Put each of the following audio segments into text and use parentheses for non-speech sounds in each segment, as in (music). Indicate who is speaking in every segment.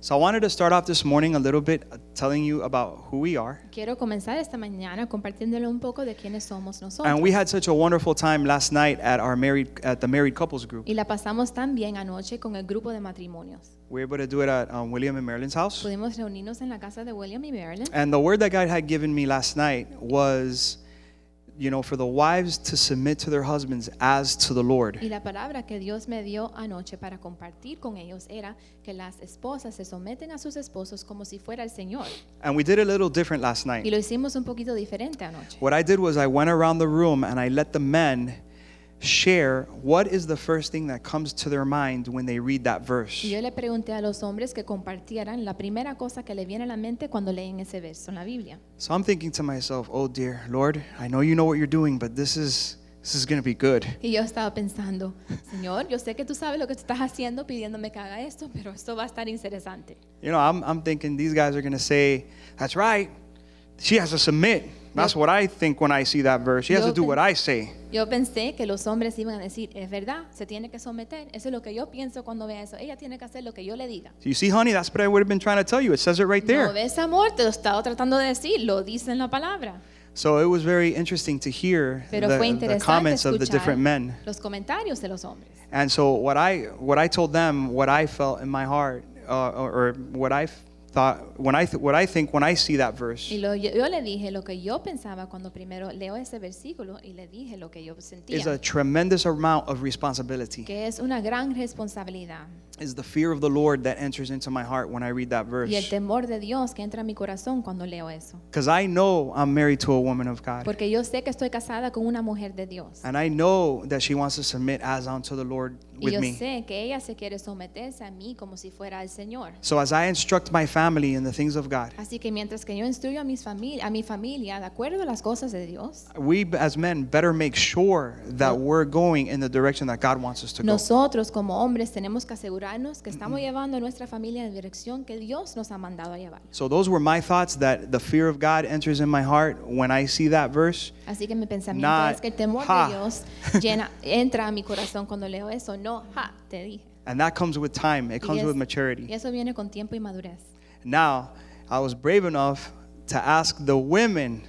Speaker 1: So I wanted to start off this morning a little bit uh, telling you about who we are.
Speaker 2: Quiero comenzar esta mañana compartiéndole un poco de quiénes somos
Speaker 1: And
Speaker 2: nosotros.
Speaker 1: we had such a wonderful time last night at our married at the married couples group.
Speaker 2: Y la pasamos tan bien anoche con el grupo de matrimonios.
Speaker 1: We were able to do it at um, William and Marilyn's house.
Speaker 2: Pudimos reunirnos en la casa de William y Marilyn.
Speaker 1: And the word that God had given me last night was, you know, for the wives to submit to their husbands as to the
Speaker 2: Y
Speaker 1: Lord.
Speaker 2: la palabra que Dios me dio anoche para compartir con ellos era que las esposas se someten a sus esposos como si fuera el Señor.
Speaker 1: And we did it a little different last
Speaker 2: Y
Speaker 1: night.
Speaker 2: lo hicimos un poquito diferente anoche.
Speaker 1: What I did was I went around the room and I let the men share what is the first thing that comes to their mind when they read that verse.
Speaker 2: Y yo le pregunté a los hombres que compartieran la primera cosa que le viene a la mente cuando leen ese verso en la Biblia.
Speaker 1: So I'm thinking to myself, oh dear, Lord, I know you know what you're doing, but this is this is gonna be good.
Speaker 2: Y yo estaba pensando, Señor, yo sé que tú sabes lo que tú estás haciendo pidiéndome que haga esto, pero esto va a estar interesante.
Speaker 1: You know, I'm I'm thinking these guys are gonna say, That's right, she has to submit. That's what I think when I see that verse. She has to
Speaker 2: Yo
Speaker 1: do what
Speaker 2: pens-
Speaker 1: I say.
Speaker 2: Yo pensé que los hombres iban a decir, es verdad, se tiene que someter. Eso es lo que yo pienso cuando vea eso. Ella tiene que hacer lo que yo le diga.
Speaker 1: So you see, honey, that's what I would have been trying to tell you. It says it right there.
Speaker 2: No ves amor, te lo estaba tratando de decir, lo dice en la palabra.
Speaker 1: So it was very interesting to hear the,
Speaker 2: Pero fue
Speaker 1: the
Speaker 2: interesante
Speaker 1: comments of the
Speaker 2: escuchar
Speaker 1: different men.
Speaker 2: los comentarios de los hombres.
Speaker 1: And so what I what I told them, what I felt in my heart, uh, or, or what I f- thought when I th- what I think when I see that verse.
Speaker 2: Y lo- yo, yo le dije lo que yo pensaba cuando primero leo ese versículo y le dije lo que yo
Speaker 1: is a
Speaker 2: sentía,
Speaker 1: tremendous amount of responsibility.
Speaker 2: que es una gran responsabilidad.
Speaker 1: Is the fear of the Lord that enters into my heart when I read that
Speaker 2: Y el
Speaker 1: verse.
Speaker 2: temor de Dios que entra a mi corazón cuando leo eso.
Speaker 1: Because I know I'm married to a woman of God.
Speaker 2: Porque yo sé que estoy casada con una mujer de Dios.
Speaker 1: And I know that she wants to submit as unto the Lord
Speaker 2: Y
Speaker 1: with
Speaker 2: yo
Speaker 1: me.
Speaker 2: sé que ella se quiere someterse a mí como si fuera el Señor.
Speaker 1: So as I instruct my family in the things of God,
Speaker 2: Así que mientras que yo instruyo a, mis famili- a mi familia de acuerdo a las cosas de Dios,
Speaker 1: we as men better make sure that we're going in the direction that God wants us to go.
Speaker 2: nosotros como hombres tenemos que asegurarnos que estamos llevando a nuestra familia en la dirección que Dios nos ha mandado a llevar.
Speaker 1: So those were my thoughts that the fear of God enters in my heart when I see that verse.
Speaker 2: Así que mi pensamiento
Speaker 1: Not,
Speaker 2: es que el temor
Speaker 1: "Ha".
Speaker 2: de
Speaker 1: (laughs)
Speaker 2: Dios llena, entra a mi corazón cuando leo eso. No, ja, te dije.
Speaker 1: And that comes with time. It
Speaker 2: Y
Speaker 1: comes
Speaker 2: es-
Speaker 1: with maturity.
Speaker 2: Y eso viene con tiempo y madurez.
Speaker 1: Now, I was brave enough to ask the women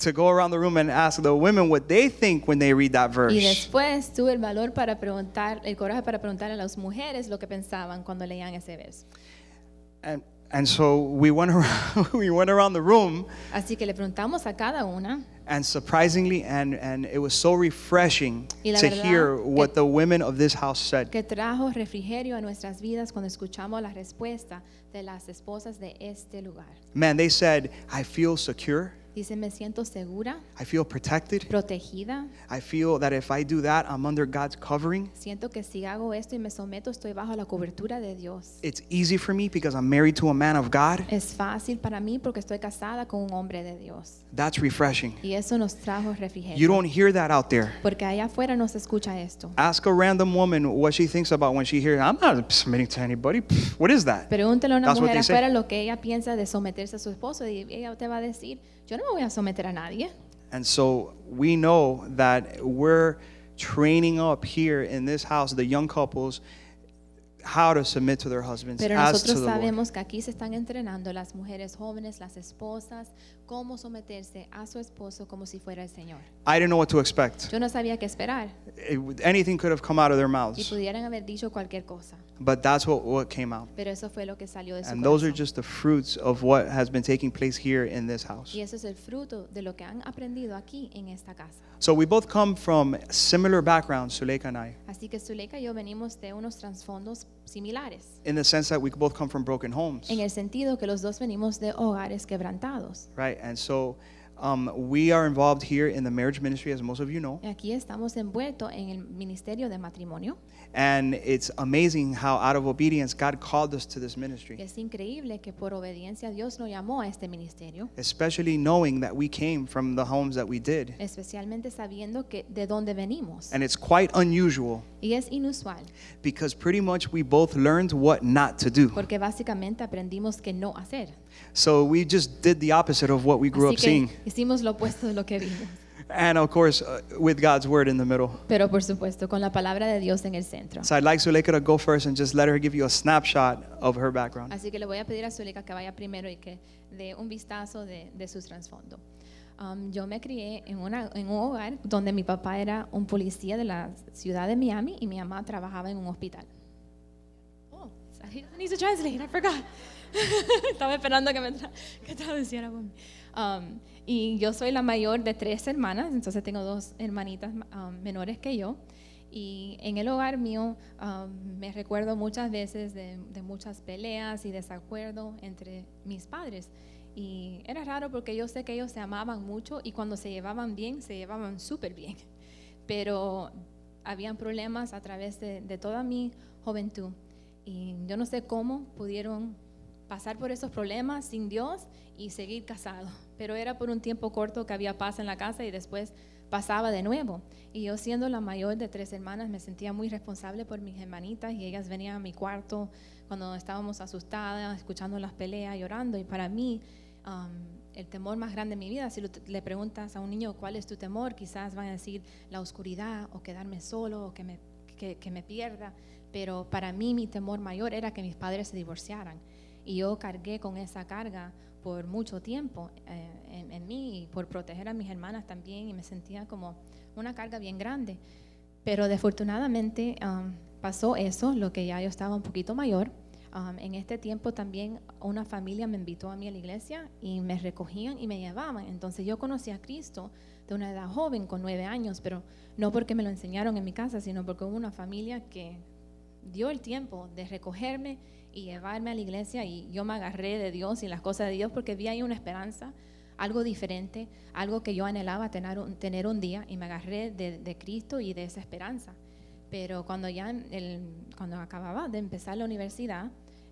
Speaker 1: to go around the room and ask the women what they think when they read that
Speaker 2: Y
Speaker 1: verse.
Speaker 2: después tuve el valor para preguntar, el coraje para preguntar a las mujeres lo que pensaban cuando leían ese verso.
Speaker 1: And, and so we went, around, (laughs) we went around the room,
Speaker 2: Así que le preguntamos a cada una
Speaker 1: and surprisingly, and, and it was so refreshing
Speaker 2: Y la
Speaker 1: to
Speaker 2: verdad
Speaker 1: hear
Speaker 2: que-
Speaker 1: what the women of this house said.
Speaker 2: que trajo refrigerio a nuestras vidas cuando escuchamos la respuesta de las esposas de este lugar.
Speaker 1: Man, they said, I feel secure,
Speaker 2: Dice, me siento segura,
Speaker 1: I feel protected,
Speaker 2: protegida,
Speaker 1: I feel that if I do that, I'm under God's covering.
Speaker 2: siento que si hago esto y me someto estoy bajo la cobertura de Dios.
Speaker 1: It's easy for me because I'm married to a man of God.
Speaker 2: Es fácil para mí porque estoy casada con un hombre de Dios.
Speaker 1: That's refreshing.
Speaker 2: Y eso nos trajo
Speaker 1: You
Speaker 2: refrigerio.
Speaker 1: don't hear that out there.
Speaker 2: Porque allá afuera no se escucha esto.
Speaker 1: Ask a random woman what she thinks about when she hears, I'm not submitting to anybody. Pff, What is that?
Speaker 2: Pregúntale a una
Speaker 1: That's what
Speaker 2: mujer
Speaker 1: they say.
Speaker 2: afuera lo que ella piensa de someterse a su esposo y ella te va a decir, yo no me voy a someter a nadie.
Speaker 1: And so we know that we're training up here in this house the young couples how to submit to their husbands
Speaker 2: Pero
Speaker 1: as to the
Speaker 2: nosotros
Speaker 1: Lord.
Speaker 2: sabemos que aquí se están entrenando las mujeres jóvenes, las esposas, cómo someterse a su esposo como si fuera el Señor.
Speaker 1: I didn't know what to expect.
Speaker 2: Yo no sabía qué esperar
Speaker 1: It- anything could have come out of their
Speaker 2: y
Speaker 1: mouths,
Speaker 2: pudieran haber dicho cualquier cosa,
Speaker 1: but that's what, what came out.
Speaker 2: pero eso fue lo que salió de su
Speaker 1: And those are
Speaker 2: corazón.
Speaker 1: just the fruits of what has been taking place here in this house.
Speaker 2: Y eso es el fruto de lo que han aprendido aquí en esta casa.
Speaker 1: So we both come from similar backgrounds, Suleika and I,
Speaker 2: Así que Zuleika y yo venimos de unos trasfondos similares,
Speaker 1: in the sense that we both come from broken homes.
Speaker 2: en el sentido que los dos venimos de hogares quebrantados.
Speaker 1: right? And so Um, we are involved here in the marriage ministry, as most of you know,
Speaker 2: Aquí estamos envueltos en el ministerio de matrimonio.
Speaker 1: and it's amazing how, out of obedience, God called us to this
Speaker 2: que
Speaker 1: ministry.
Speaker 2: Es increíble que por obediencia Dios nos llamó a este ministerio,
Speaker 1: Especially knowing that we came from the homes that we did,
Speaker 2: especialmente sabiendo que de dónde venimos.
Speaker 1: and it's quite unusual
Speaker 2: Y es inusual,
Speaker 1: because pretty much we both learned what not to do.
Speaker 2: porque básicamente aprendimos que no hacer.
Speaker 1: So we just did the opposite of what we grew
Speaker 2: Así
Speaker 1: up
Speaker 2: que
Speaker 1: seeing,
Speaker 2: hicimos lo opuesto de lo que vimos.
Speaker 1: and of course, uh, with God's word in the middle.
Speaker 2: Pero por supuesto, con la palabra de Dios en el centro.
Speaker 1: So I'd like Suleika to go first and just let her give you a snapshot of her background.
Speaker 2: Así que le voy a pedir a Zuleika que vaya primero y que dé un vistazo de, de su trasfondo. Um, yo me crié en, una- en un hogar donde mi papá era un policía de la ciudad de Miami y mi mamá trabajaba en un hospital. Oh, he doesn't need to translate, I forgot. (laughs) Estaba esperando que me tra- que traduciera por mí. Um, y yo soy la mayor de tres hermanas, entonces tengo dos hermanitas um, menores que yo. Y en el hogar mío um, me recuerdo muchas veces de, de muchas peleas y desacuerdo entre mis padres. Y era raro porque yo sé que ellos se amaban mucho y cuando se llevaban bien, se llevaban súper bien. (laughs) Pero habían problemas a través de, de toda mi juventud. Y yo no sé cómo pudieron pasar por esos problemas sin Dios y seguir casado. Pero era por un tiempo corto que había paz en la casa y después pasaba de nuevo. Y yo siendo la mayor de tres hermanas me sentía muy responsable por mis hermanitas y ellas venían a mi cuarto cuando estábamos asustadas, escuchando las peleas, llorando. Y para mí um, el temor más grande de mi vida, si lo- le preguntas a un niño cuál es tu temor, quizás van a decir la oscuridad o quedarme solo o que me, que- que me pierda. Pero para mí mi temor mayor era que mis padres se divorciaran. Y yo cargué con esa carga por mucho tiempo eh, en, en mí y por proteger a mis hermanas también y me sentía como una carga bien grande. Pero desafortunadamente um, pasó eso, lo que ya yo estaba un poquito mayor. Um, en este tiempo también una familia me invitó a mí a la iglesia y me recogían y me llevaban. Entonces yo conocí a Cristo de una edad joven, con nueve años, pero no porque me lo enseñaron en mi casa, sino porque hubo una familia que dio el tiempo de recogerme y llevarme a la iglesia y yo me agarré de Dios y las cosas de Dios porque vi ahí una esperanza, algo diferente, algo que yo anhelaba tener un, tener un día y me agarré de, de Cristo y de esa esperanza. Pero cuando ya en el- cuando acababa de empezar la universidad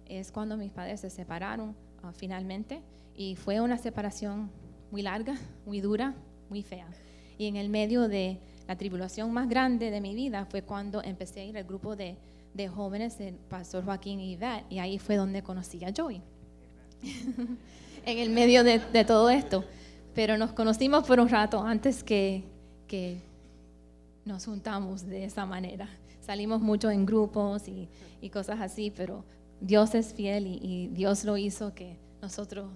Speaker 2: es cuando mis padres se separaron ah, finalmente y fue una separación muy larga, (laughs) muy dura, muy fea. Y en el medio de la tribulación más grande de mi vida fue cuando empecé a ir al grupo de, de jóvenes del pastor Joaquín y Yvette, y ahí fue donde conocí a Joey. (laughs) en el medio de, de todo esto. Pero nos conocimos por un rato antes que, que nos juntamos de esa manera. Salimos mucho en grupos y, y cosas así, pero Dios es fiel y, y Dios lo hizo que nosotros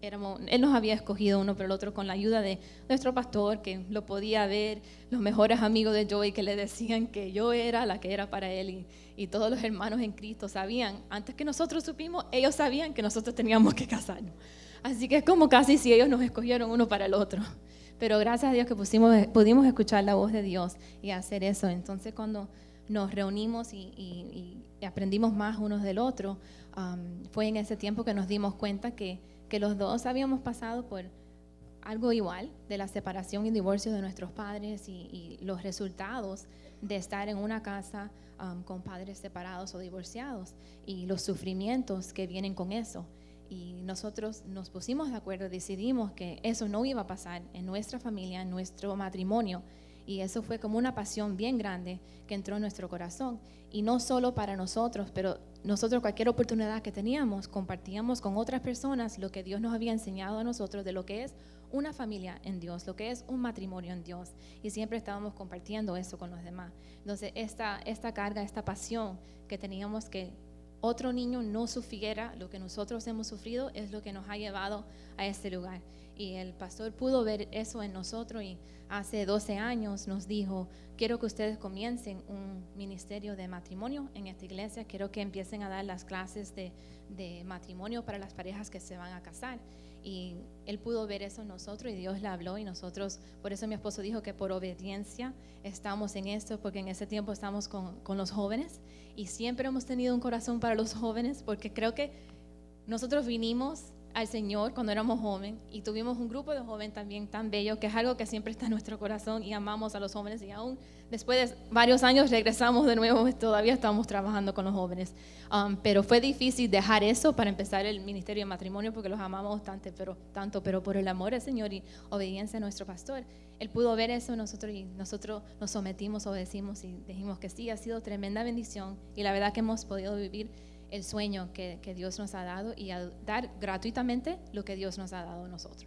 Speaker 2: éramos, Él nos había escogido uno por el otro con la ayuda de nuestro pastor que lo podía ver, los mejores amigos de Joey que le decían que yo era la que era para él y, y todos los hermanos en Cristo sabían, antes que nosotros supimos, ellos sabían que nosotros teníamos que casarnos. Así que es como casi si ellos nos escogieron uno para el otro. Pero gracias a Dios que pusimos- pudimos escuchar la voz de Dios y hacer eso. Entonces cuando nos reunimos y, y- y aprendimos más unos del otro, am, fue en ese tiempo que nos dimos cuenta que, que los dos habíamos pasado por algo igual de la separación y divorcio de nuestros padres y, y los resultados de estar en una casa am, con padres separados o divorciados y los sufrimientos que vienen con eso. Y nosotros nos pusimos de acuerdo, decidimos que eso no iba a pasar en nuestra familia, en nuestro matrimonio. Y eso fue como una pasión bien grande que entró en nuestro corazón. Y no solo para nosotros, pero nosotros cualquier oportunidad que teníamos, compartíamos con otras personas lo que Dios nos había enseñado a nosotros de lo que es una familia en Dios, lo que es un matrimonio en Dios. Y siempre estábamos compartiendo eso con los demás. Entonces, esta, esta carga, esta pasión que teníamos que otro niño no sufriera lo que nosotros hemos sufrido es lo que nos ha llevado a este lugar. Y el pastor pudo ver eso en nosotros y hace 12 años nos dijo, quiero que ustedes comiencen un ministerio de matrimonio en esta iglesia, quiero que empiecen a dar las clases de, de matrimonio para las parejas que se van a casar. Y él pudo ver eso en nosotros y Dios le habló y nosotros, por eso mi esposo dijo que por obediencia estamos en esto, porque en ese tiempo estamos con, con los jóvenes y siempre hemos tenido un corazón para los jóvenes, porque creo que nosotros vinimos al Señor cuando éramos jóvenes y tuvimos un grupo de jóvenes también tan bello, que es algo que siempre está en nuestro corazón y amamos a los jóvenes y aún después de varios años regresamos de nuevo, (laughs) todavía estamos trabajando con los jóvenes. Um, pero fue difícil dejar eso para empezar el ministerio de matrimonio porque los amamos tanto, pero, tanto, pero por el amor del Señor y obediencia a nuestro pastor. Él pudo ver eso en nosotros y nosotros nos sometimos, obedecimos y dijimos que sí, ha sido tremenda bendición y la verdad que hemos podido vivir el sueño que, que, Dios nos ha dado y a dar gratuitamente lo que Dios nos ha dado a nosotros.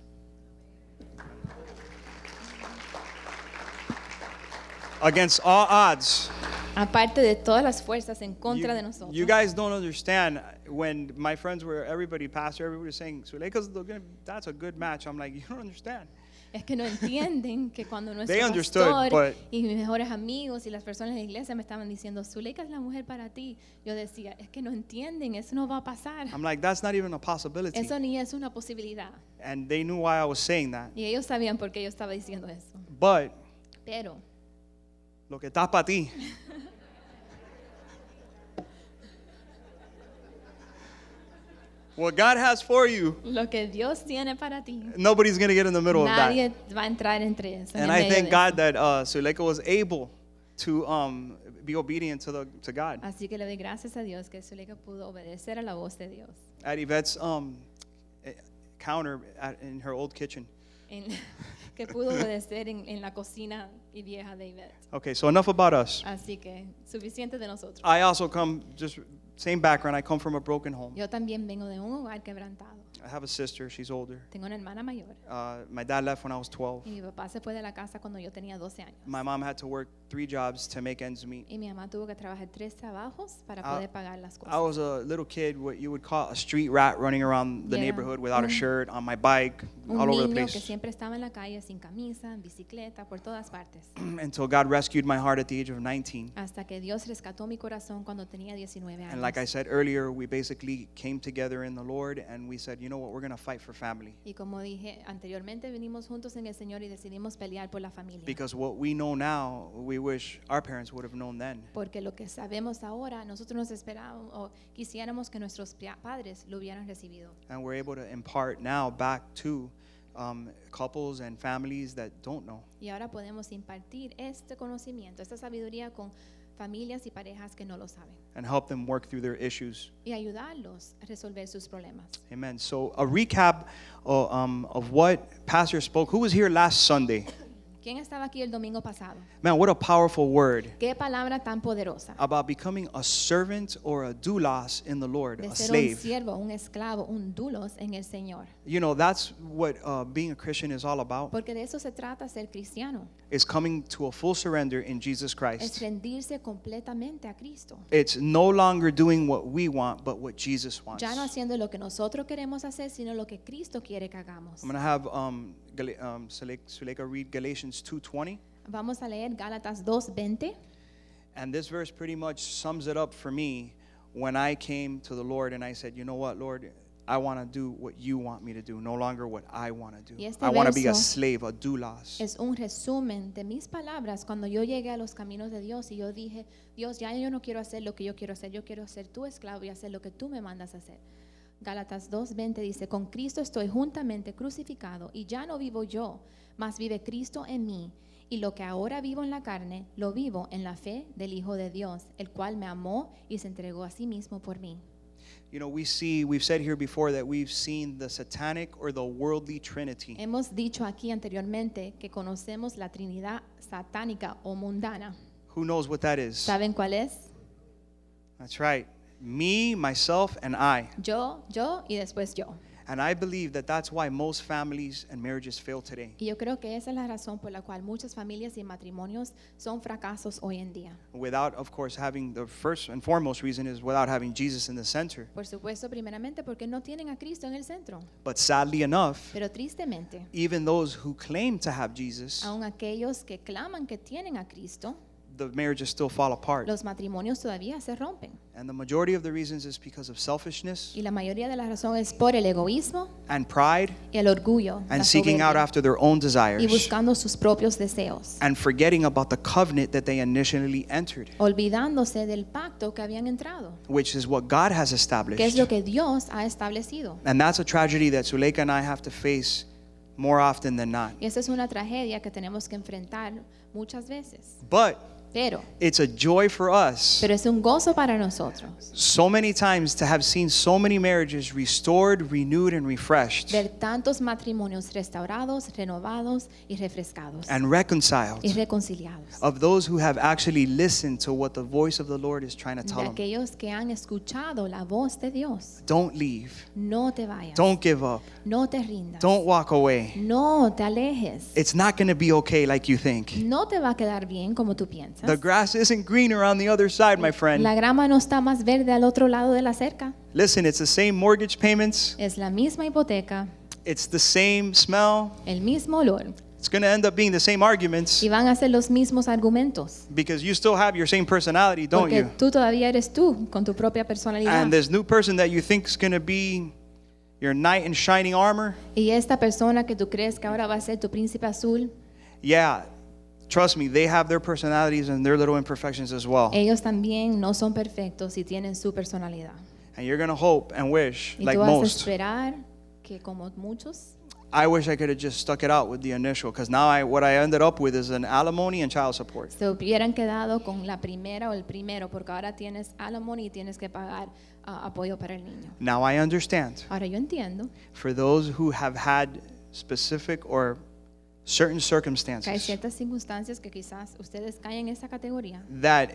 Speaker 1: Against all odds.
Speaker 2: Aparte de todas las fuerzas en contra
Speaker 1: you,
Speaker 2: de nosotros.
Speaker 1: You guys don't understand when my friends were everybody pastor everybody was saying Zuleika's gonna, that's a good match. I'm like you don't understand.
Speaker 2: Es que no entienden que cuando nuestro
Speaker 1: They
Speaker 2: pastor
Speaker 1: but,
Speaker 2: y mis mejores amigos y las personas de la iglesia me estaban diciendo, Zuleika es la mujer para ti, yo decía, es que no entienden, eso no va a pasar.
Speaker 1: I'm like, that's not even a possibility.
Speaker 2: Eso ni es una posibilidad.
Speaker 1: And they knew why I was saying that.
Speaker 2: Y ellos sabían por qué yo estaba diciendo eso.
Speaker 1: But
Speaker 2: Pero
Speaker 1: lo que está para ti. What God has for you.
Speaker 2: Lo que Dios tiene para ti.
Speaker 1: Nobody's going to get in the middle
Speaker 2: Nadie
Speaker 1: of
Speaker 2: va a entrar entre eso.
Speaker 1: that. And I thank God that uh, Suleika was able to um, be obedient to, the, to God.
Speaker 2: Así que le doy gracias a Dios que Zuleika pudo obedecer a la voz de Dios.
Speaker 1: At Yvette's um, counter at, in her old kitchen.
Speaker 2: En, (laughs) que pudo obedecer en, en la cocina y vieja de Yvette.
Speaker 1: Okay, so enough about us.
Speaker 2: Así que suficiente de nosotros.
Speaker 1: I also come, just same background, I come from a broken home.
Speaker 2: Yo también vengo de un hogar quebrantado.
Speaker 1: I have a sister, she's older.
Speaker 2: Tengo una hermana mayor
Speaker 1: Uh, my dad left when I was 12.
Speaker 2: y mi papá se fue de la casa cuando yo tenía 12 años.
Speaker 1: My mom had to work three jobs to make ends meet.
Speaker 2: Y mi mamá tuvo que trabajar tres trabajos para
Speaker 1: Ah,
Speaker 2: poder pagar las cosas.
Speaker 1: I was a little kid, what you would call a street rat, running around the
Speaker 2: Yeah. Mm-hmm.
Speaker 1: neighborhood without a shirt, on my bike,
Speaker 2: un
Speaker 1: all over
Speaker 2: niño
Speaker 1: the
Speaker 2: que
Speaker 1: place.
Speaker 2: siempre estaba en la calle sin camisa, en bicicleta, por todas partes.
Speaker 1: (clears throat) Until God rescued my heart at the age of 19.
Speaker 2: Hasta que Dios rescató mi corazón cuando tenía 19 años.
Speaker 1: And like I said earlier, we basically came together in the Lord and we said, you know what, we're going to fight for family.
Speaker 2: y como dije anteriormente, venimos juntos en el Señor y decidimos pelear por la familia.
Speaker 1: Because what we know now, we wish our parents would have known then.
Speaker 2: Porque lo que sabemos ahora, nosotros nos esperábamos o quisiéramos que nuestros pia- padres lo hubieran recibido.
Speaker 1: And we're able to impart now back to um, couples and families that don't know.
Speaker 2: Y ahora podemos impartir este conocimiento, esta sabiduría con familias y parejas que no lo saben
Speaker 1: and help them work through their issues.
Speaker 2: y ayudarlos a resolver sus problemas.
Speaker 1: Amen. So, a recap uh, um, of what Pastor spoke. Who was here last Sunday?
Speaker 2: ¿Quién estaba aquí el domingo pasado?
Speaker 1: Man, what a powerful word
Speaker 2: Qué palabra tan poderosa.
Speaker 1: about becoming a servant or a doulos in the Lord,
Speaker 2: De
Speaker 1: a
Speaker 2: ser un
Speaker 1: slave.
Speaker 2: siervo, un esclavo, un dulos en el Señor.
Speaker 1: You know, that's what uh, being a Christian is all about,
Speaker 2: Porque de eso se trata ser cristiano,
Speaker 1: is coming to a full surrender in Jesus
Speaker 2: es
Speaker 1: Christ.
Speaker 2: rendirse completamente a Cristo.
Speaker 1: It's no longer doing what we want, but what Jesus wants.
Speaker 2: Ya no
Speaker 1: I'm
Speaker 2: haciendo lo que nosotros queremos hacer, sino lo que Cristo quiere que hagamos.
Speaker 1: going to have um, Gal- um, Sule- Suleika read Galatians 2.20.
Speaker 2: Vamos a leer Gálatas 2:20.
Speaker 1: And this verse pretty much sums it up for me when I came to the Lord and I said, You know what, Lord, I want to do what you want me to do, no longer what I want to do.
Speaker 2: Y este
Speaker 1: I want to be a
Speaker 2: verso
Speaker 1: slave, a doulos.
Speaker 2: Es un resumen de mis palabras cuando yo llegué a los caminos de Dios y yo dije, Dios, ya yo no quiero hacer lo que yo quiero hacer, yo quiero ser tu esclavo y hacer lo que tú me mandas a hacer. Gálatas 2:20 dice, con Cristo estoy juntamente crucificado y ya no vivo yo, mas vive Cristo en mí. Y lo que ahora vivo en la carne, lo vivo en la fe del Hijo de Dios, el cual me amó y se entregó a sí mismo por mí.
Speaker 1: You know, we see, we've said here before that we've seen the satanic or the worldly trinity.
Speaker 2: Hemos dicho aquí anteriormente que conocemos la Trinidad satánica o mundana.
Speaker 1: Who knows what that is?
Speaker 2: ¿Saben cuál es?
Speaker 1: That's right. Me, myself, and I.
Speaker 2: Yo, yo y después yo.
Speaker 1: And I believe that that's why most families and marriages fail today.
Speaker 2: Y yo creo que esa es la razón por la cual muchas familias y matrimonios son fracasos hoy en día.
Speaker 1: Without, of course, having the first and foremost reason is without having Jesus in the center.
Speaker 2: Por supuesto, primeramente porque no tienen a Cristo en el centro.
Speaker 1: But sadly enough,
Speaker 2: Pero tristemente,
Speaker 1: even those who claim to have Jesus
Speaker 2: Oh. aun aquellos que claman que tienen a Cristo
Speaker 1: the marriages still fall apart.
Speaker 2: Los matrimonios todavía se rompen
Speaker 1: And the majority of the reasons is because of selfishness
Speaker 2: y la mayoría de la razón es por el egoísmo
Speaker 1: and pride
Speaker 2: y el orgullo la
Speaker 1: and seeking out
Speaker 2: soberbia,
Speaker 1: after their own
Speaker 2: y
Speaker 1: desires
Speaker 2: buscando sus propios deseos,
Speaker 1: and forgetting about the covenant that they initially entered,
Speaker 2: olvidándose del pacto que habían entrado,
Speaker 1: which is what God has
Speaker 2: que es
Speaker 1: established.
Speaker 2: lo que Dios ha establecido.
Speaker 1: And that's a tragedy that Zuleika and I have to face more often than not.
Speaker 2: Y esa es una tragedia que tenemos que enfrentar muchas veces.
Speaker 1: But
Speaker 2: Pero,
Speaker 1: it's a joy for us
Speaker 2: pero es un gozo para nosotros
Speaker 1: so many times to have seen so many marriages restored, renewed, and refreshed
Speaker 2: ver tantos matrimonios restaurados, renovados y refrescados
Speaker 1: and reconciled
Speaker 2: y reconciliados.
Speaker 1: of those who have actually listened to what the voice of the Lord is trying to
Speaker 2: De
Speaker 1: tell 'em. them.
Speaker 2: aquellos que han escuchado la voz de Dios,
Speaker 1: Don't leave.
Speaker 2: no te vayas,
Speaker 1: Don't give up.
Speaker 2: no te rindas,
Speaker 1: Don't walk away.
Speaker 2: no te alejes,
Speaker 1: It's not going to be okay like you think.
Speaker 2: no te va a quedar bien como tú piensas.
Speaker 1: The grass isn't greener on the other side, my
Speaker 2: La
Speaker 1: friend.
Speaker 2: grama no está más verde al otro lado de la cerca.
Speaker 1: Listen, it's the same mortgage payments,
Speaker 2: Es la misma hipoteca,
Speaker 1: it's the same smell,
Speaker 2: el mismo olor
Speaker 1: it's going to end up being the same arguments
Speaker 2: y van a ser los mismos argumentos.
Speaker 1: because you still have your same personality, don't
Speaker 2: Porque
Speaker 1: you?
Speaker 2: tú todavía eres tú con tu propia personalidad.
Speaker 1: And this new person that you think's going to be your knight in shining armor,
Speaker 2: Y esta persona que tú crees que ahora va a ser tu príncipe azul,
Speaker 1: yeah, trust me, they have their personalities and their little imperfections as well.
Speaker 2: ellos también no son perfectos y tienen su personalidad.
Speaker 1: And you're going to hope and wish,
Speaker 2: Y
Speaker 1: like
Speaker 2: tú vas a
Speaker 1: most.
Speaker 2: esperar que como muchos,
Speaker 1: I wish I could have just stuck it out with the initial because now I, what I ended up with is an alimony and child support.
Speaker 2: se hubieran quedado con la primera o el primero, porque ahora tienes alimony y tienes que pagar ah, apoyo para el niño.
Speaker 1: Now I understand
Speaker 2: Ahora yo entiendo
Speaker 1: for those who have had specific or certain
Speaker 2: que hay
Speaker 1: circumstances
Speaker 2: ciertas circunstancias que quizás ustedes caen en esa categoría,
Speaker 1: that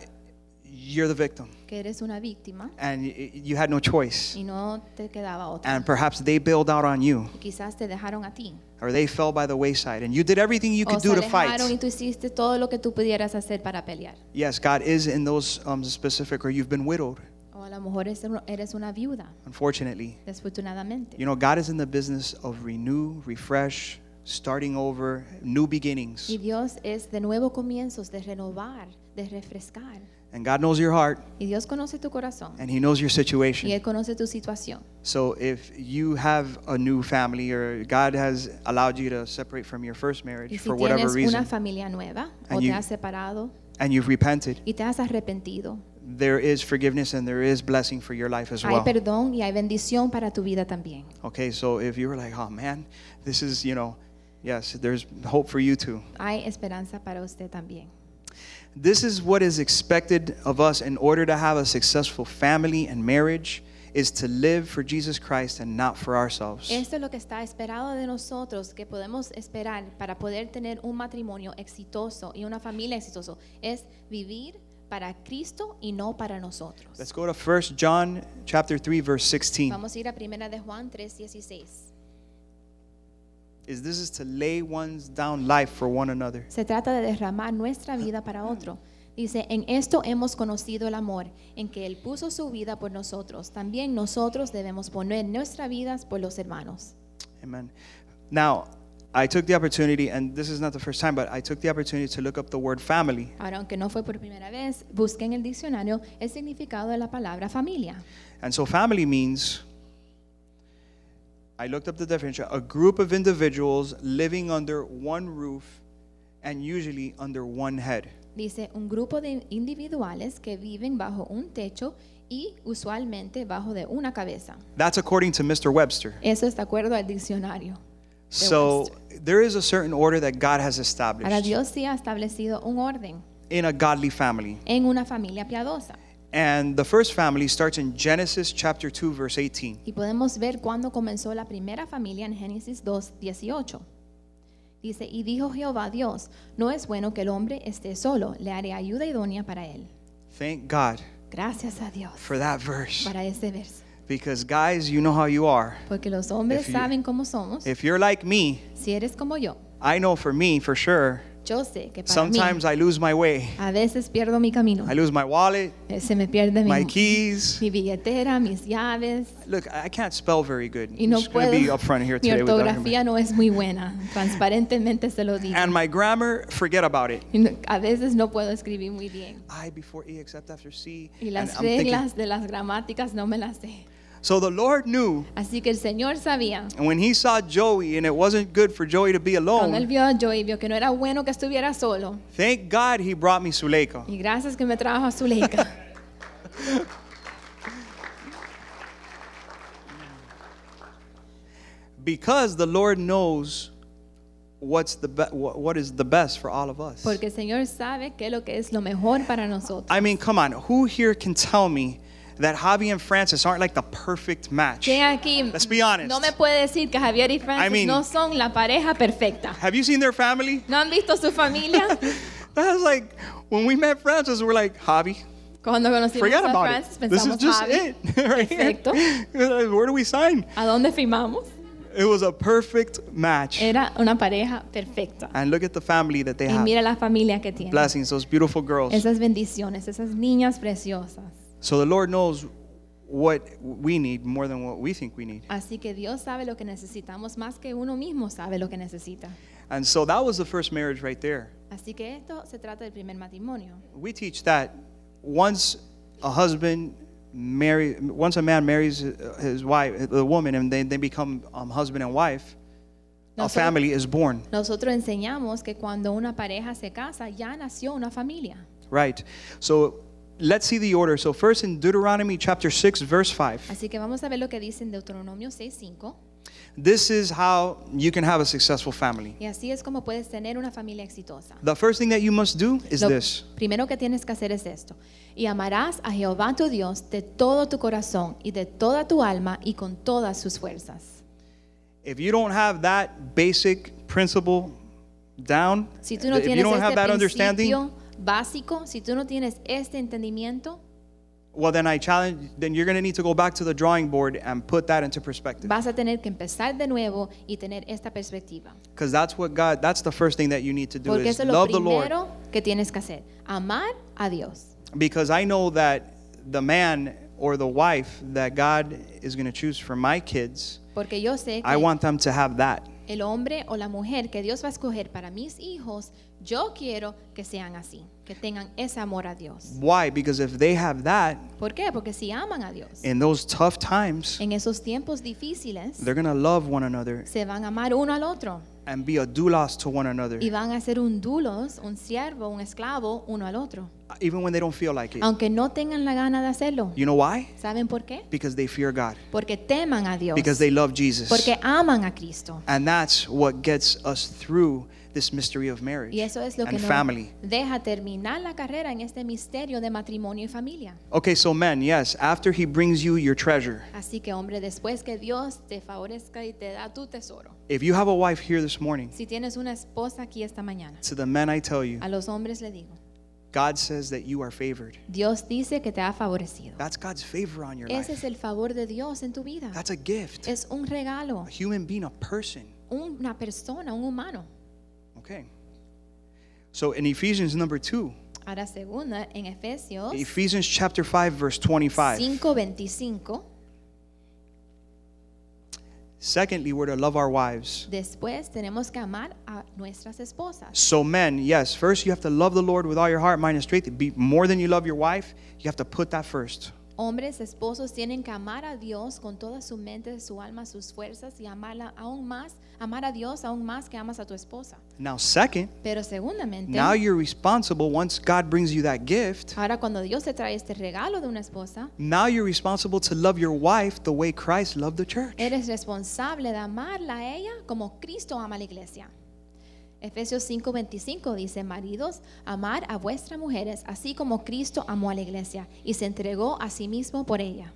Speaker 1: you're the victim
Speaker 2: que eres una víctima
Speaker 1: and y- you had no choice.
Speaker 2: y no te quedaba otra.
Speaker 1: And perhaps they bailed out on you
Speaker 2: Y quizás te dejaron a ti.
Speaker 1: or they fell by the wayside and you did everything you
Speaker 2: O
Speaker 1: could
Speaker 2: se
Speaker 1: do to
Speaker 2: alejaron y
Speaker 1: fight.
Speaker 2: tú hiciste todo lo que tú pudieras hacer para pelear.
Speaker 1: Yes, God is in those um, specific, or you've been widowed,
Speaker 2: O a lo mejor es- eres una viuda,
Speaker 1: unfortunately.
Speaker 2: desafortunadamente.
Speaker 1: You know, God is in the business of renew, refresh, starting over, new beginnings.
Speaker 2: Y Dios es de nuevo comienzos, de renovar, de refrescar.
Speaker 1: And God knows your heart
Speaker 2: Y Dios conoce tu corazón
Speaker 1: and He knows your
Speaker 2: y
Speaker 1: situation.
Speaker 2: Él conoce tu situación.
Speaker 1: So if you have a new family or God has allowed you to separate from your first
Speaker 2: Y
Speaker 1: marriage
Speaker 2: si
Speaker 1: for whatever
Speaker 2: tienes una
Speaker 1: reason
Speaker 2: familia nueva o
Speaker 1: And
Speaker 2: te
Speaker 1: you-
Speaker 2: has separado
Speaker 1: and you've repented,
Speaker 2: y te has arrepentido,
Speaker 1: there is forgiveness and there is blessing for your life as
Speaker 2: hay
Speaker 1: well.
Speaker 2: perdón y hay bendición para tu vida también.
Speaker 1: Okay, so if you were like, oh man, this is, you know, yes, there's hope for you too.
Speaker 2: Hay esperanza para usted también.
Speaker 1: This is what is expected of us in order to have a successful family and marriage is to live for Jesus Christ and not for ourselves.
Speaker 2: Esto es lo que está esperado de nosotros, que podemos esperar para poder tener un matrimonio exitoso y una familia exitosa, es vivir para Cristo y no para nosotros.
Speaker 1: Let's go to 1 John chapter 3 verse 16.
Speaker 2: Vamos a ir a primera de Juan 3:16.
Speaker 1: Is this is to lay one's down life for one another.
Speaker 2: Se trata de derramar nuestra vida para otro. Dice, en esto hemos conocido el amor, en que Él puso su vida por nosotros. También nosotros debemos poner nuestras vidas por los hermanos.
Speaker 1: Amen. Now, I took the opportunity and this is not the first time but I took the opportunity to look up the word family
Speaker 2: Ahora, aunque no fue por primera vez, busqué en el diccionario el significado de la palabra familia.
Speaker 1: And so family means I looked up the definition a group of individuals living under one roof and usually under one head.
Speaker 2: Dice, un grupo de individuales que viven bajo un techo y usualmente bajo de una cabeza.
Speaker 1: That's according to Mr. Webster.
Speaker 2: Eso es de acuerdo al diccionario.
Speaker 1: So there is a certain order that God has
Speaker 2: Ahora,
Speaker 1: established
Speaker 2: Dios sí ha establecido un orden
Speaker 1: in a godly family.
Speaker 2: en una familia piadosa.
Speaker 1: And the first family starts in Genesis chapter 2 verse 18.
Speaker 2: Y podemos ver cuándo comenzó la primera familia en Génesis 2, 18. Dice, y dijo Jehová Dios, no es bueno que el hombre esté solo, le haré ayuda idónea para él.
Speaker 1: Thank God
Speaker 2: Gracias a Dios
Speaker 1: for that verse
Speaker 2: para ese verso.
Speaker 1: because guys, you know how you are.
Speaker 2: Porque los hombres
Speaker 1: If you-
Speaker 2: saben cómo somos.
Speaker 1: If you're like me,
Speaker 2: si eres como yo,
Speaker 1: I know for me for sure
Speaker 2: Yo sé que para
Speaker 1: Sometimes
Speaker 2: mí,
Speaker 1: I lose my way.
Speaker 2: a veces pierdo mi camino.
Speaker 1: I lose my wallet,
Speaker 2: Eh, Se me pierde mi,
Speaker 1: my keys.
Speaker 2: mi billetera, mis llaves.
Speaker 1: Look, I I can't spell very good.
Speaker 2: Y no
Speaker 1: I'm just
Speaker 2: puedo.
Speaker 1: gonna be upfront here
Speaker 2: mi
Speaker 1: today with Dr.
Speaker 2: ortografía no es muy buena. Transparentemente se lo digo.
Speaker 1: And my grammar, forget about it.
Speaker 2: Y no- a veces no puedo escribir muy bien.
Speaker 1: I before E except after C.
Speaker 2: Y
Speaker 1: and
Speaker 2: las
Speaker 1: I'm thinking-
Speaker 2: reglas de las gramáticas no me las sé.
Speaker 1: so the Lord knew,
Speaker 2: Así que el Señor sabía.
Speaker 1: and when He saw Joey, and it wasn't good for Joey to be
Speaker 2: Cuando él
Speaker 1: alone,
Speaker 2: vio a Joey, vio que no era bueno que estuviera solo.
Speaker 1: thank God He brought me Suleika.
Speaker 2: Y gracias que me trajo
Speaker 1: (laughs)
Speaker 2: a Zuleika.
Speaker 1: Because the Lord knows what's the be- what, what is the best for all of us.
Speaker 2: Porque el Señor sabe qué es lo que es lo mejor para nosotros.
Speaker 1: I mean, come on, who here can tell me that Javi and Francis aren't like the perfect match?
Speaker 2: Que aquí
Speaker 1: Let's be honest.
Speaker 2: no me puede decir que Javier y Francis
Speaker 1: I mean-
Speaker 2: no son la pareja perfecta.
Speaker 1: Have you seen their family?
Speaker 2: ¿No han visto su familia?
Speaker 1: (laughs) That was like when we met Francis, we're like, Javi.
Speaker 2: Cuando conocimos
Speaker 1: Forget
Speaker 2: a
Speaker 1: about
Speaker 2: Francis
Speaker 1: it. This is
Speaker 2: pensamos
Speaker 1: just
Speaker 2: Javi.
Speaker 1: it. (laughs) right here. (laughs)
Speaker 2: Perfecto.
Speaker 1: Where do we sign?
Speaker 2: ¿A dónde firmamos?
Speaker 1: It was a perfect match.
Speaker 2: Era una pareja perfecta.
Speaker 1: And look at the family that they
Speaker 2: Y
Speaker 1: have.
Speaker 2: mira la familia que tiene.
Speaker 1: Blessings, those beautiful girls.
Speaker 2: Esas bendiciones, esas niñas preciosas.
Speaker 1: So the Lord knows what we need more than what we think we need.
Speaker 2: Así que Dios sabe lo que necesitamos más que uno mismo sabe lo que necesita.
Speaker 1: And so that was the first marriage right there.
Speaker 2: Así que esto se trata del primer matrimonio.
Speaker 1: We teach that once a husband marry, once a man marries his wife, the woman, and they, they become um, husband and wife, a
Speaker 2: Nosotros-
Speaker 1: family is born.
Speaker 2: Nosotros enseñamos que cuando una pareja se casa ya nació una familia.
Speaker 1: Right. So let's see the order. So first in Deuteronomy chapter 6 verse 5.
Speaker 2: Así que vamos a ver lo que dice en Deuteronomio 6.5.
Speaker 1: This is how you can have a successful family.
Speaker 2: Y así es como puedes tener una familia exitosa.
Speaker 1: The first thing that you must do is
Speaker 2: Lo
Speaker 1: this.
Speaker 2: primero que tienes que hacer es esto. Y amarás a Jehová tu Dios de todo tu corazón y de toda tu alma y con todas sus fuerzas.
Speaker 1: If you don't have that basic principle down,
Speaker 2: Si tú no
Speaker 1: if you
Speaker 2: tienes
Speaker 1: don't have that
Speaker 2: este
Speaker 1: understanding,
Speaker 2: principio básico, si tú no tienes este entendimiento,
Speaker 1: well then I challenge then you're going to need to go back to the drawing board and put that into perspective.
Speaker 2: vas a tener que empezar de nuevo y tener esta perspectiva.
Speaker 1: Cuz that's what God that's the first thing that you need to do
Speaker 2: Porque
Speaker 1: is
Speaker 2: eso es lo
Speaker 1: love the Lord.
Speaker 2: primero que tienes que hacer, amar a Dios.
Speaker 1: Because I know that the man or the wife that God is going to choose for my kids
Speaker 2: Porque yo sé que
Speaker 1: I want them to have that.
Speaker 2: el hombre o la mujer que Dios va a escoger para mis hijos, yo quiero que sean así, que tengan ese amor a Dios.
Speaker 1: Why? Because if they have that
Speaker 2: ¿Por qué? Porque si aman a Dios,
Speaker 1: in those tough times,
Speaker 2: en esos tiempos difíciles,
Speaker 1: they're going to love one another
Speaker 2: se van a amar uno al otro
Speaker 1: and be a doulos to one another,
Speaker 2: y van a ser un dulos, un siervo, un esclavo uno al otro,
Speaker 1: even when they don't feel like it.
Speaker 2: aunque no tengan la gana de hacerlo.
Speaker 1: You know why?
Speaker 2: ¿Saben por qué?
Speaker 1: Because they fear God,
Speaker 2: Porque teman a Dios,
Speaker 1: because they love Jesus.
Speaker 2: porque aman a Cristo.
Speaker 1: And that's what gets us through this mystery of marriage
Speaker 2: Y eso es lo que
Speaker 1: and
Speaker 2: nos
Speaker 1: family.
Speaker 2: deja terminar la carrera en este misterio de matrimonio y familia.
Speaker 1: Okay, so men, yes, after he brings you your treasure,
Speaker 2: Así que hombre, después que Dios te favorezca y te da tu tesoro,
Speaker 1: if you have a wife here this morning,
Speaker 2: si tienes una esposa aquí esta mañana,
Speaker 1: to the men I tell you,
Speaker 2: a los hombres le digo,
Speaker 1: God says that you are favored.
Speaker 2: Dios dice que te ha favorecido.
Speaker 1: That's God's favor on your
Speaker 2: Ese es
Speaker 1: life.
Speaker 2: el favor de Dios en tu vida.
Speaker 1: That's a gift.
Speaker 2: Es un regalo,
Speaker 1: A human being, a person.
Speaker 2: una persona, un humano.
Speaker 1: Okay. So in Ephesians number 2,
Speaker 2: Ahora segunda, en Efesios
Speaker 1: Ephesians chapter 5 verse 25.
Speaker 2: 5:25,
Speaker 1: Secondly, we're to love our wives.
Speaker 2: después tenemos que amar a nuestras esposas.
Speaker 1: So men, yes, first you have to love the Lord with all your heart, mind and strength. Be more than you love your wife, you have to put that first.
Speaker 2: Hombres, esposos tienen que amar a Dios con toda su mente, su alma, sus fuerzas y amarla aún más, amar a Dios aún más que amas a tu esposa.
Speaker 1: Now second,
Speaker 2: Pero segundamente,
Speaker 1: now you're responsible once God brings you that gift.
Speaker 2: ahora cuando Dios te trae este regalo de una esposa,
Speaker 1: Now you're responsible to love your wife the way Christ loved the church.
Speaker 2: Eres responsable de amarla a ella como Cristo ama a la iglesia. Efesios 5:25 dice, maridos, amar a vuestras mujeres, así como Cristo amó a la iglesia y se entregó a sí mismo por ella.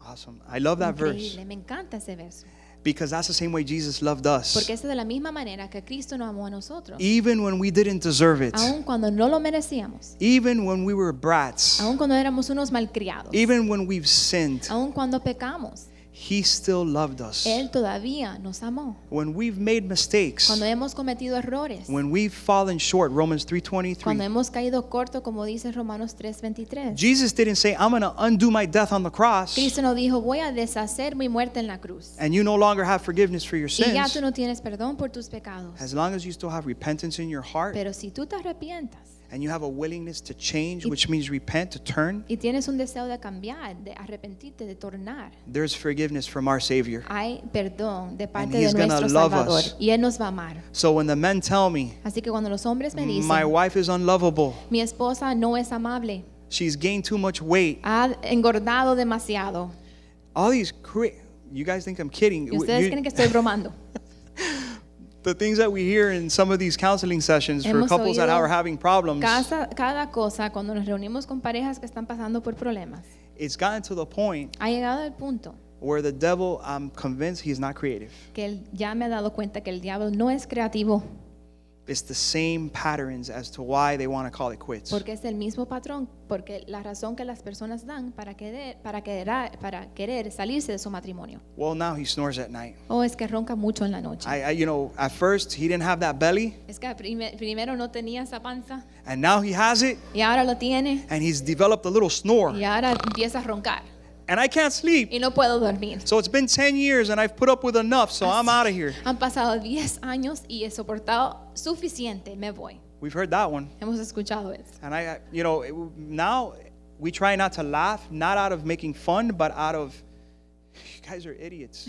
Speaker 1: Awesome. I love that verse
Speaker 2: Increíble, me encanta ese verso,
Speaker 1: because that's the same way Jesus loved us.
Speaker 2: porque es de la misma manera que Cristo nos amó a nosotros,
Speaker 1: Even when we didn't deserve it.
Speaker 2: aun cuando no lo merecíamos,
Speaker 1: Even when we were brats.
Speaker 2: aun cuando éramos unos malcriados,
Speaker 1: Even when we've sinned.
Speaker 2: aun cuando pecamos.
Speaker 1: He still loved us.
Speaker 2: Él todavía nos amó.
Speaker 1: When we've made mistakes,
Speaker 2: Cuando hemos cometido errores,
Speaker 1: when we've fallen short, Romans
Speaker 2: cuando
Speaker 1: 3:23.
Speaker 2: hemos caído corto, como dice Romanos 3:23,
Speaker 1: Jesus didn't say, "I'm going to undo my death on the cross."
Speaker 2: Cristo nos dijo, voy a deshacer mi muerte en la cruz.
Speaker 1: and you no longer have forgiveness for your
Speaker 2: Y ya
Speaker 1: sins,
Speaker 2: tú no tienes perdón por tus pecados.
Speaker 1: as long as you still have repentance in your heart
Speaker 2: Pero si tú te arrepientas
Speaker 1: and you have a willingness to change, which means repent, to turn,
Speaker 2: y tienes un deseo de cambiar, de arrepentirte, de tornar,
Speaker 1: there's forgiveness from our Savior.
Speaker 2: hay perdón de parte
Speaker 1: he's
Speaker 2: de
Speaker 1: gonna
Speaker 2: nuestro
Speaker 1: love
Speaker 2: Salvador.
Speaker 1: us.
Speaker 2: Y Él nos va a amar.
Speaker 1: So when the men tell me,
Speaker 2: Así que cuando los hombres me dicen,
Speaker 1: my wife is unlovable,
Speaker 2: mi esposa no es amable,
Speaker 1: she's gained too much weight,
Speaker 2: ha engordado demasiado.
Speaker 1: all these, cra- you guys think I'm kidding.
Speaker 2: Y ustedes
Speaker 1: You-
Speaker 2: creen que
Speaker 1: (laughs)
Speaker 2: estoy bromando.
Speaker 1: the things that we hear in some of these counseling sessions for
Speaker 2: Hemos
Speaker 1: couples that
Speaker 2: oído
Speaker 1: are having problems,
Speaker 2: Cada, cada cosa, cuando nos reunimos con parejas que están pasando por problemas,
Speaker 1: it's gotten to the point
Speaker 2: ha llegado al punto
Speaker 1: where the devil, I'm convinced he's not creative.
Speaker 2: que él ya me ha dado cuenta que el diablo no es creativo,
Speaker 1: It's the same patterns as to why they want to call it quits.
Speaker 2: porque es el mismo patrón, porque la razón que las personas dan para querer, para querer, para querer salirse de su matrimonio.
Speaker 1: Well, now he snores at night.
Speaker 2: O es que ronca mucho en la noche.
Speaker 1: I, I, you know, at first he didn't have that belly,
Speaker 2: es que prime- primero no tenía esa panza
Speaker 1: and now he has it,
Speaker 2: y ahora lo tiene
Speaker 1: and he's developed a little snore,
Speaker 2: y ahora empieza a roncar
Speaker 1: and I can't sleep.
Speaker 2: y no puedo dormir.
Speaker 1: So it's been 10 years, and I've put up with enough, so I'm out of here.
Speaker 2: Han pasado 10 años y he soportado suficiente, me voy.
Speaker 1: We've heard that one,
Speaker 2: Hemos escuchado eso.
Speaker 1: and I, I- you know, it, now we try not to laugh, not out of making fun, but out of you guys are idiots.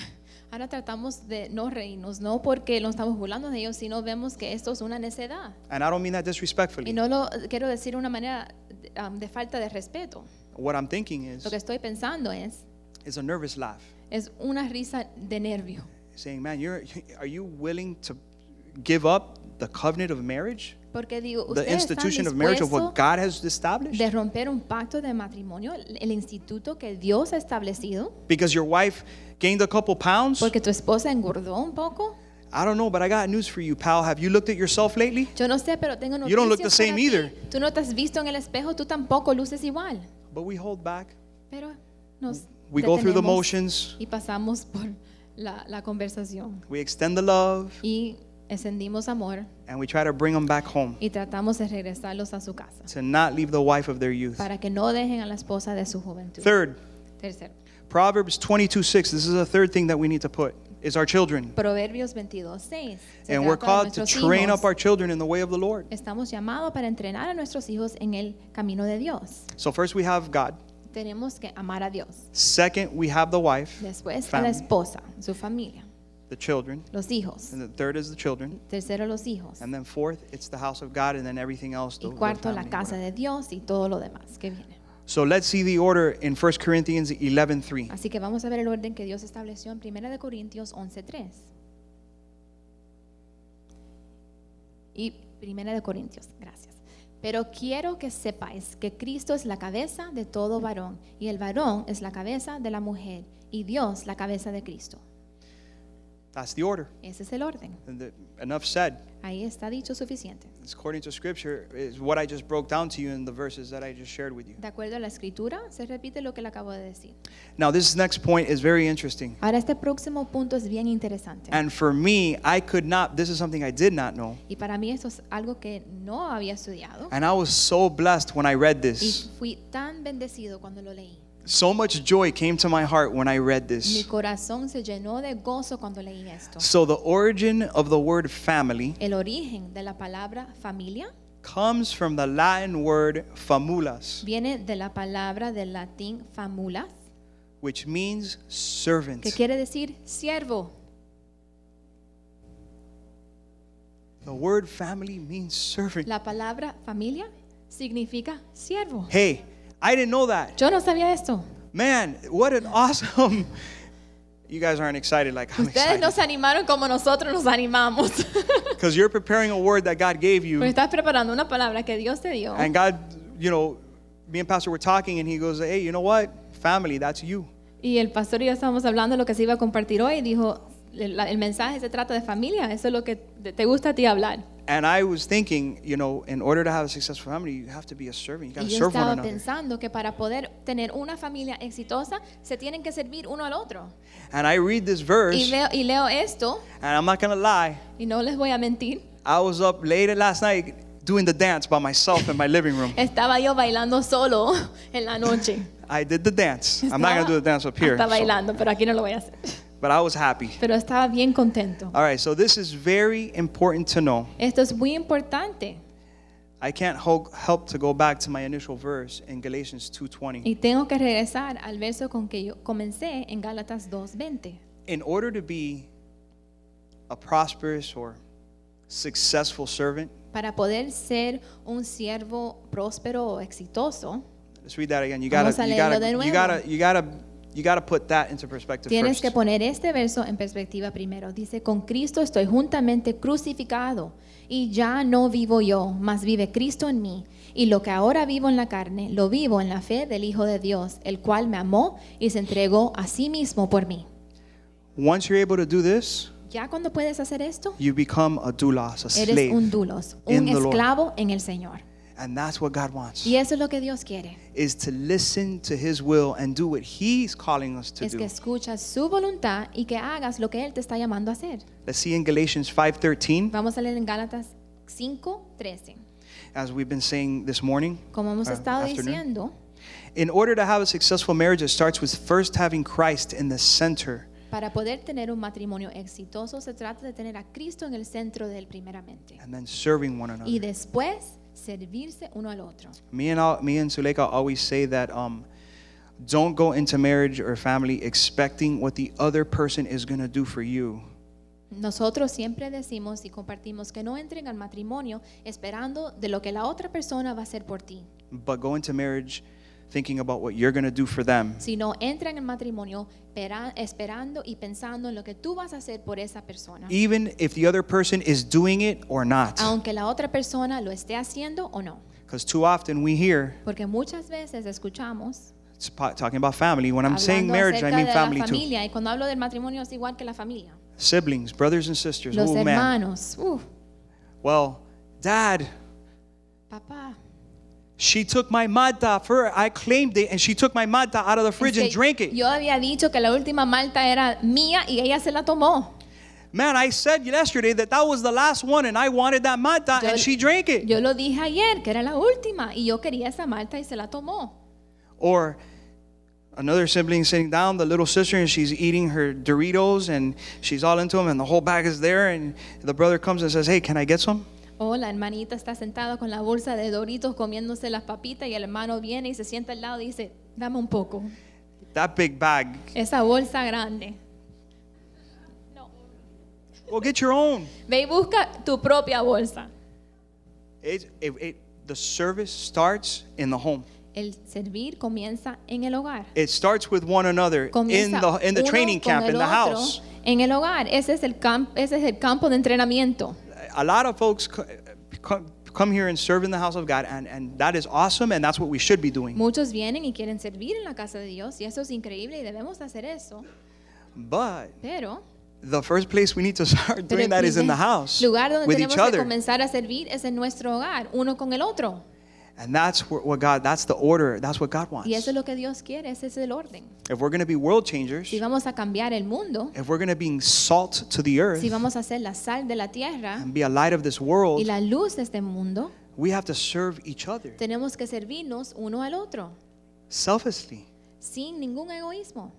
Speaker 2: Ahora tratamos de no reírnos, no porque nos estamos burlando de ellos, sino vemos que esto es una necedad.
Speaker 1: And I don't mean that
Speaker 2: Y
Speaker 1: disrespectfully.
Speaker 2: no lo quiero decir de una manera um, de falta de respeto.
Speaker 1: What I'm thinking is,
Speaker 2: Lo que estoy pensando es,
Speaker 1: is a nervous laugh,
Speaker 2: es una risa de nervio.
Speaker 1: saying, "Man, you're, are you willing to give up the covenant of marriage?"
Speaker 2: Porque digo,
Speaker 1: the
Speaker 2: ustedes están
Speaker 1: institution of marriage of what
Speaker 2: dispuestos
Speaker 1: God has established?
Speaker 2: de romper un pacto de matrimonio, el instituto que Dios ha establecido,
Speaker 1: Because your wife gained a couple pounds?
Speaker 2: porque tu esposa engordó un poco.
Speaker 1: I don't know, but I got news for you, pal. Have you looked at yourself lately?
Speaker 2: Yo no sé, pero tengo
Speaker 1: You don't look the
Speaker 2: noticias para
Speaker 1: same
Speaker 2: ti.
Speaker 1: either.
Speaker 2: Tú no te has visto en el espejo, tú tampoco luces igual.
Speaker 1: But we hold back.
Speaker 2: Pero nos
Speaker 1: We go through the
Speaker 2: detenemos.
Speaker 1: motions.
Speaker 2: y pasamos por la, la conversación
Speaker 1: We extend the love
Speaker 2: y encendimos amor
Speaker 1: and we try to bring them back home
Speaker 2: y tratamos de regresarlos a su casa
Speaker 1: to not leave the wife of their youth.
Speaker 2: para que no dejen a la esposa de su juventud.
Speaker 1: Third,
Speaker 2: Tercero,
Speaker 1: Proverbs 22 6. This is a third thing that we need to put is our children.
Speaker 2: Proverbios 22, 6.
Speaker 1: And we're called to train up our children in the way of the Lord.
Speaker 2: Estamos llamados para entrenar a nuestros hijos en el camino de Dios.
Speaker 1: So first we have God.
Speaker 2: Tenemos que amar a Dios.
Speaker 1: Second, we have the wife,
Speaker 2: Después a la
Speaker 1: Family.
Speaker 2: esposa, su familia,
Speaker 1: the children.
Speaker 2: los hijos.
Speaker 1: And the third is the children.
Speaker 2: Tercero, los hijos.
Speaker 1: And then fourth, it's the house of God, and then everything else. the-
Speaker 2: Y
Speaker 1: the
Speaker 2: cuarto, la
Speaker 1: family,
Speaker 2: casa
Speaker 1: whatever.
Speaker 2: de Dios y todo lo demás que viene.
Speaker 1: So let's see the order in 1 Corinthians 11:3.
Speaker 2: Así que vamos a ver el orden que Dios estableció en 1 de Corintios 11:3. Y 1 de Corintios, gracias. Pero quiero que sepáis que Cristo es la cabeza de todo varón y el varón es la cabeza de la mujer y Dios la cabeza de Cristo.
Speaker 1: That's the order.
Speaker 2: Ese es el orden.
Speaker 1: And the, enough said.
Speaker 2: Ahí está dicho suficiente.
Speaker 1: It's according to Scripture, is what I just broke down to you in the verses that I just shared with you.
Speaker 2: De acuerdo a la escritura, se repite lo que le acabo de decir.
Speaker 1: Now, this next point is very interesting.
Speaker 2: Ahora este próximo punto es bien interesante.
Speaker 1: And for me, I could not, this is something I did not know.
Speaker 2: Y para mí esto es algo que no había estudiado.
Speaker 1: And I was so blessed when I read
Speaker 2: Y
Speaker 1: this.
Speaker 2: fui tan bendecido cuando lo leí.
Speaker 1: So much joy came to my heart when I read
Speaker 2: Mi
Speaker 1: this.
Speaker 2: corazón se llenó de gozo cuando leí esto.
Speaker 1: So, the origin of the word family
Speaker 2: El origen de la palabra familia
Speaker 1: comes from the Latin word famulas,
Speaker 2: viene de la palabra del latín famulas,
Speaker 1: which means
Speaker 2: que
Speaker 1: servant.
Speaker 2: quiere decir siervo.
Speaker 1: The word family means servant.
Speaker 2: La palabra familia significa siervo.
Speaker 1: Hey, I didn't know that.
Speaker 2: Yo no sabía esto.
Speaker 1: Man, what an awesome. (laughs) You guys aren't excited like I'm
Speaker 2: Ustedes
Speaker 1: excited.
Speaker 2: nos animaron como nosotros
Speaker 1: (laughs)
Speaker 2: nos animamos. (laughs)
Speaker 1: Because you're preparing a word that God gave
Speaker 2: Porque
Speaker 1: you.
Speaker 2: estás preparando una palabra que Dios te dio.
Speaker 1: And God, you know, me and Pastor were talking, and he goes, Hey, you know what? Family, that's you.
Speaker 2: Y el pastor y yo estábamos hablando de lo que se iba a compartir hoy y dijo, el, la- el mensaje se trata de familia, eso es lo que te te gusta a ti hablar.
Speaker 1: And I was thinking, you know, in order to have a successful family, you have to be a servant. You got
Speaker 2: Y
Speaker 1: to
Speaker 2: yo
Speaker 1: serve one
Speaker 2: estaba
Speaker 1: another.
Speaker 2: pensando que para poder tener una familia exitosa se tienen que servir uno al otro.
Speaker 1: And I read this
Speaker 2: Y
Speaker 1: verse, and
Speaker 2: leo, y leo esto,
Speaker 1: I'm not going to lie.
Speaker 2: y no les voy a mentir,
Speaker 1: I was up late last night doing the dance by myself in my living room.
Speaker 2: estaba yo bailando solo en la noche.
Speaker 1: I did the dance. I'm not going to do the dance up here.
Speaker 2: Estaba
Speaker 1: so-
Speaker 2: bailando, pero aquí no lo voy a hacer.
Speaker 1: but I was happy.
Speaker 2: Pero estaba bien contento.
Speaker 1: All right, so this is very important to know.
Speaker 2: Esto es muy importante.
Speaker 1: I can't ho- help to go back to my initial verse in Galatians 2:20.
Speaker 2: Y tengo que regresar al verso con que yo comencé en Gálatas 2.20.
Speaker 1: In order to be a prosperous or successful servant,
Speaker 2: Para poder ser un siervo próspero o exitoso,
Speaker 1: let's read that again. You
Speaker 2: Vamos
Speaker 1: gotta,
Speaker 2: a
Speaker 1: you
Speaker 2: leerlo
Speaker 1: gotta,
Speaker 2: de
Speaker 1: you
Speaker 2: nuevo.
Speaker 1: gotta, you gotta, you gotta put that into perspective
Speaker 2: Tienes
Speaker 1: first.
Speaker 2: que poner este verso en perspectiva primero. Dice, con Cristo estoy juntamente crucificado y ya no vivo yo, mas vive Cristo en mí. Y lo que ahora vivo en la carne, lo vivo en la fe del Hijo de Dios, el cual me amó y se entregó a sí mismo por mí.
Speaker 1: Once you're able to do this,
Speaker 2: Ya cuando puedes hacer esto,
Speaker 1: you become a doulos, a
Speaker 2: eres
Speaker 1: slave,
Speaker 2: un dulos,
Speaker 1: in
Speaker 2: un
Speaker 1: the Lord.
Speaker 2: esclavo en el Señor.
Speaker 1: and that's what God wants.
Speaker 2: Y eso es lo que Dios quiere,
Speaker 1: Is to listen to His will and do what He's calling us to
Speaker 2: es que
Speaker 1: do.
Speaker 2: escuchas su voluntad y que hagas lo que Él te está llamando a hacer.
Speaker 1: Let's see in Galatians 5:13,
Speaker 2: Vamos a leer en Gálatas 5, 13.
Speaker 1: as we've been saying this morning.
Speaker 2: Como hemos
Speaker 1: uh,
Speaker 2: estado
Speaker 1: afternoon.
Speaker 2: diciendo,
Speaker 1: In order to have a successful marriage, it starts with first having Christ in the center.
Speaker 2: Para poder tener un matrimonio exitoso se trata de tener a Cristo en el centro del primeramente
Speaker 1: and then serving one another.
Speaker 2: y después servirse uno al otro.
Speaker 1: Me and Al, me and Suleika always say that um, don't go into marriage or family expecting what the other person is gonna do for you.
Speaker 2: Nosotros siempre decimos y compartimos que no entren al matrimonio esperando de lo que la otra persona va a hacer por ti,
Speaker 1: But go into marriage thinking about what you're gonna do for them.
Speaker 2: sino entran al matrimonio pera- esperando y pensando en lo que tú vas a hacer por esa persona,
Speaker 1: Even if the other person is doing it or not.
Speaker 2: aunque la otra persona lo esté haciendo o no.
Speaker 1: Because too often we hear,
Speaker 2: Porque muchas veces escuchamos
Speaker 1: it's po- talking about family. When I'm saying
Speaker 2: hablando
Speaker 1: marriage, I
Speaker 2: acerca
Speaker 1: mean
Speaker 2: de
Speaker 1: family
Speaker 2: la
Speaker 1: too.
Speaker 2: familia y cuando hablo del matrimonio es igual que la familia.
Speaker 1: Siblings, brothers and sisters.
Speaker 2: Los
Speaker 1: Oh man.
Speaker 2: hermanos. Uf,
Speaker 1: Well, dad,
Speaker 2: papá.
Speaker 1: She took my mata for I claimed it, and she took my mata out of the fridge
Speaker 2: es
Speaker 1: and
Speaker 2: que
Speaker 1: drank it.
Speaker 2: Yo había dicho que la última malta era mía y ella se la tomó.
Speaker 1: Man, I said yesterday that that was the last one, and I wanted that mata,
Speaker 2: Yo-
Speaker 1: and she drank it.
Speaker 2: Yo lo dije ayer que era la última y yo quería esa malta y se la tomó.
Speaker 1: Or another sibling sitting down, the little sister, and she's eating her Doritos, and she's all into them, and the whole bag is there, and the brother comes and says, "Hey, can I get some?"
Speaker 2: O Oh, la hermanita está sentada con la bolsa de doritos comiéndose las papitas y el hermano viene y se sienta al lado y dice, dame un poco.
Speaker 1: That big bag.
Speaker 2: Esa bolsa grande.
Speaker 1: Well, get your own.
Speaker 2: Ve y busca tu propia bolsa.
Speaker 1: It, it, it, the service starts in the home.
Speaker 2: El servir comienza en el hogar.
Speaker 1: It starts with one another in
Speaker 2: comienza
Speaker 1: the in the
Speaker 2: uno
Speaker 1: training
Speaker 2: con
Speaker 1: camp
Speaker 2: el
Speaker 1: in the
Speaker 2: otro
Speaker 1: house.
Speaker 2: En el hogar, ese es el, camp- ese es el campo de entrenamiento.
Speaker 1: a lot of folks co- come, come here and serve in the house of God, and, and that is awesome, and that's what we should be doing.
Speaker 2: Muchos vienen y quieren servir en la casa de Dios y eso es increíble y debemos hacer eso,
Speaker 1: But
Speaker 2: pero,
Speaker 1: the first place we need to (laughs) start
Speaker 2: pero
Speaker 1: doing that is in the
Speaker 2: primer
Speaker 1: house
Speaker 2: lugar donde
Speaker 1: with each
Speaker 2: tenemos que
Speaker 1: other,
Speaker 2: comenzar a servir es en nuestro hogar, uno con el otro.
Speaker 1: and that's what, what God. That's the order. That's what God wants.
Speaker 2: Y eso es lo que Dios quiere, ese es el orden.
Speaker 1: If we're going to be world changers,
Speaker 2: Si vamos a cambiar el mundo,
Speaker 1: if we're going to be salt to the earth
Speaker 2: si vamos a ser la sal de la tierra
Speaker 1: and be a light of this world,
Speaker 2: y la luz de este mundo,
Speaker 1: we have to serve each other
Speaker 2: tenemos que servirnos uno al otro,
Speaker 1: selflessly,
Speaker 2: sin ningún egoísmo,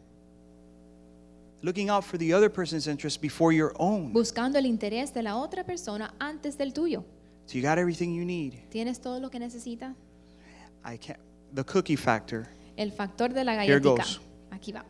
Speaker 1: looking out for the other person's interests before your own.
Speaker 2: buscando el interés de la otra persona antes del tuyo.
Speaker 1: So you got everything you need.
Speaker 2: ¿Tienes todo lo que necesitas?
Speaker 1: I can't. The cookie factor.
Speaker 2: El factor de la
Speaker 1: Here
Speaker 2: galletica.
Speaker 1: goes.
Speaker 2: Aquí va.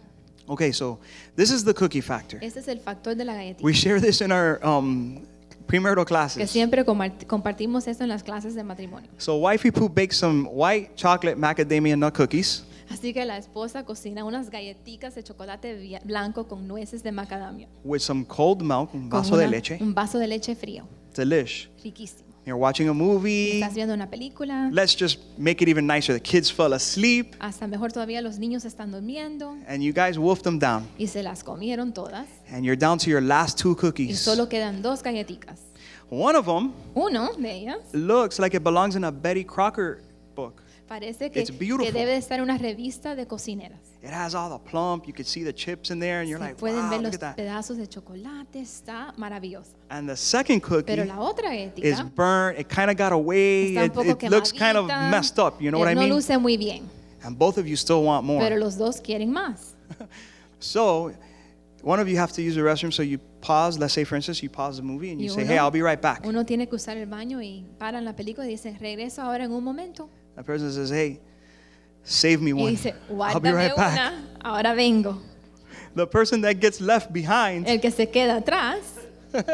Speaker 1: Okay, so this is the cookie factor.
Speaker 2: Ese es el factor de la galletita.
Speaker 1: We share this in our um, premarital
Speaker 2: que
Speaker 1: classes.
Speaker 2: siempre comart- compartimos esto en las clases de matrimonio.
Speaker 1: So wifey poo baked some white chocolate macadamia nut cookies,
Speaker 2: Así que la esposa cocina unas galletitas de chocolate bia- blanco con nueces de macadamia.
Speaker 1: with some cold milk, un
Speaker 2: con
Speaker 1: vaso de
Speaker 2: una-
Speaker 1: leche.
Speaker 2: Un vaso de leche frío.
Speaker 1: Delish.
Speaker 2: Riquísimo.
Speaker 1: You're watching a movie.
Speaker 2: Estás viendo una película.
Speaker 1: Let's just make it even nicer. The kids fell asleep,
Speaker 2: Hasta mejor todavía los niños están durmiendo
Speaker 1: and you guys wolfed them down,
Speaker 2: y se las comieron todas.
Speaker 1: and you're down to your last two
Speaker 2: Y
Speaker 1: cookies.
Speaker 2: solo quedan dos galletitas.
Speaker 1: One of them
Speaker 2: Uno de ellas
Speaker 1: looks like it belongs in a Betty Crocker book.
Speaker 2: parece que,
Speaker 1: It's beautiful.
Speaker 2: que debe de estar en una revista de cocineras.
Speaker 1: It has all the plump. You could see the chips in there, and you're
Speaker 2: Sí,
Speaker 1: like,
Speaker 2: pueden
Speaker 1: wow,
Speaker 2: ver los
Speaker 1: look at that.
Speaker 2: pedazos de chocolate, está maravillosa.
Speaker 1: And the second cookie
Speaker 2: Pero la otra
Speaker 1: is
Speaker 2: ética
Speaker 1: burnt. It kind of got away.
Speaker 2: está un
Speaker 1: It,
Speaker 2: poco
Speaker 1: it looks kind of
Speaker 2: quemadita,
Speaker 1: messed up. You know what
Speaker 2: eh,
Speaker 1: I
Speaker 2: no
Speaker 1: mean?
Speaker 2: luce muy bien,
Speaker 1: And both of you still want more.
Speaker 2: pero los dos quieren más.
Speaker 1: So, one of you have to use the restroom. So you pause. Let's say, for instance, you pause the movie and you
Speaker 2: Y
Speaker 1: say,
Speaker 2: uno-
Speaker 1: "Hey, I'll be right back."
Speaker 2: Uno tiene que usar el baño y paran la película y dicen, regreso ahora en un momento.
Speaker 1: The person says, "Hey, save me
Speaker 2: Y
Speaker 1: one."
Speaker 2: dice,
Speaker 1: (laughs) I'll be
Speaker 2: guárdame
Speaker 1: right back.
Speaker 2: una, ahora vengo.
Speaker 1: (laughs) The person that gets left behind,
Speaker 2: El que se queda atrás,
Speaker 1: (laughs)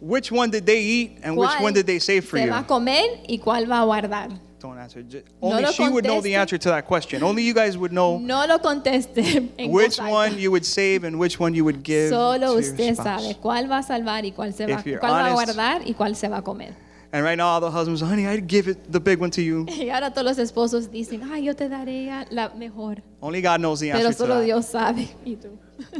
Speaker 1: which one did they eat and which
Speaker 2: Eh. ¿cuál
Speaker 1: one did they save for
Speaker 2: se
Speaker 1: you?
Speaker 2: va a comer y cuál va a guardar?
Speaker 1: Don't answer. Ju-
Speaker 2: No
Speaker 1: Only
Speaker 2: lo
Speaker 1: she would know the
Speaker 2: conteste.
Speaker 1: answer to that question. Only you guys would know
Speaker 2: No lo conteste (laughs) en voz
Speaker 1: which
Speaker 2: alta.
Speaker 1: one you would save and which one you would give
Speaker 2: Solo
Speaker 1: to
Speaker 2: usted
Speaker 1: your spouse.
Speaker 2: sabe cuál va a salvar y cuál se va,
Speaker 1: If you're
Speaker 2: cuál va a
Speaker 1: honest-
Speaker 2: guardar y cuál se va a comer.
Speaker 1: And right now, all the husbands, honey, I'd give it the big one to you.
Speaker 2: Y ahora todos los esposos dicen, ay, yo te daré a la mejor.
Speaker 1: Only God knows the
Speaker 2: Pero
Speaker 1: answer to
Speaker 2: solo
Speaker 1: that.
Speaker 2: Dios sabe. Y tú.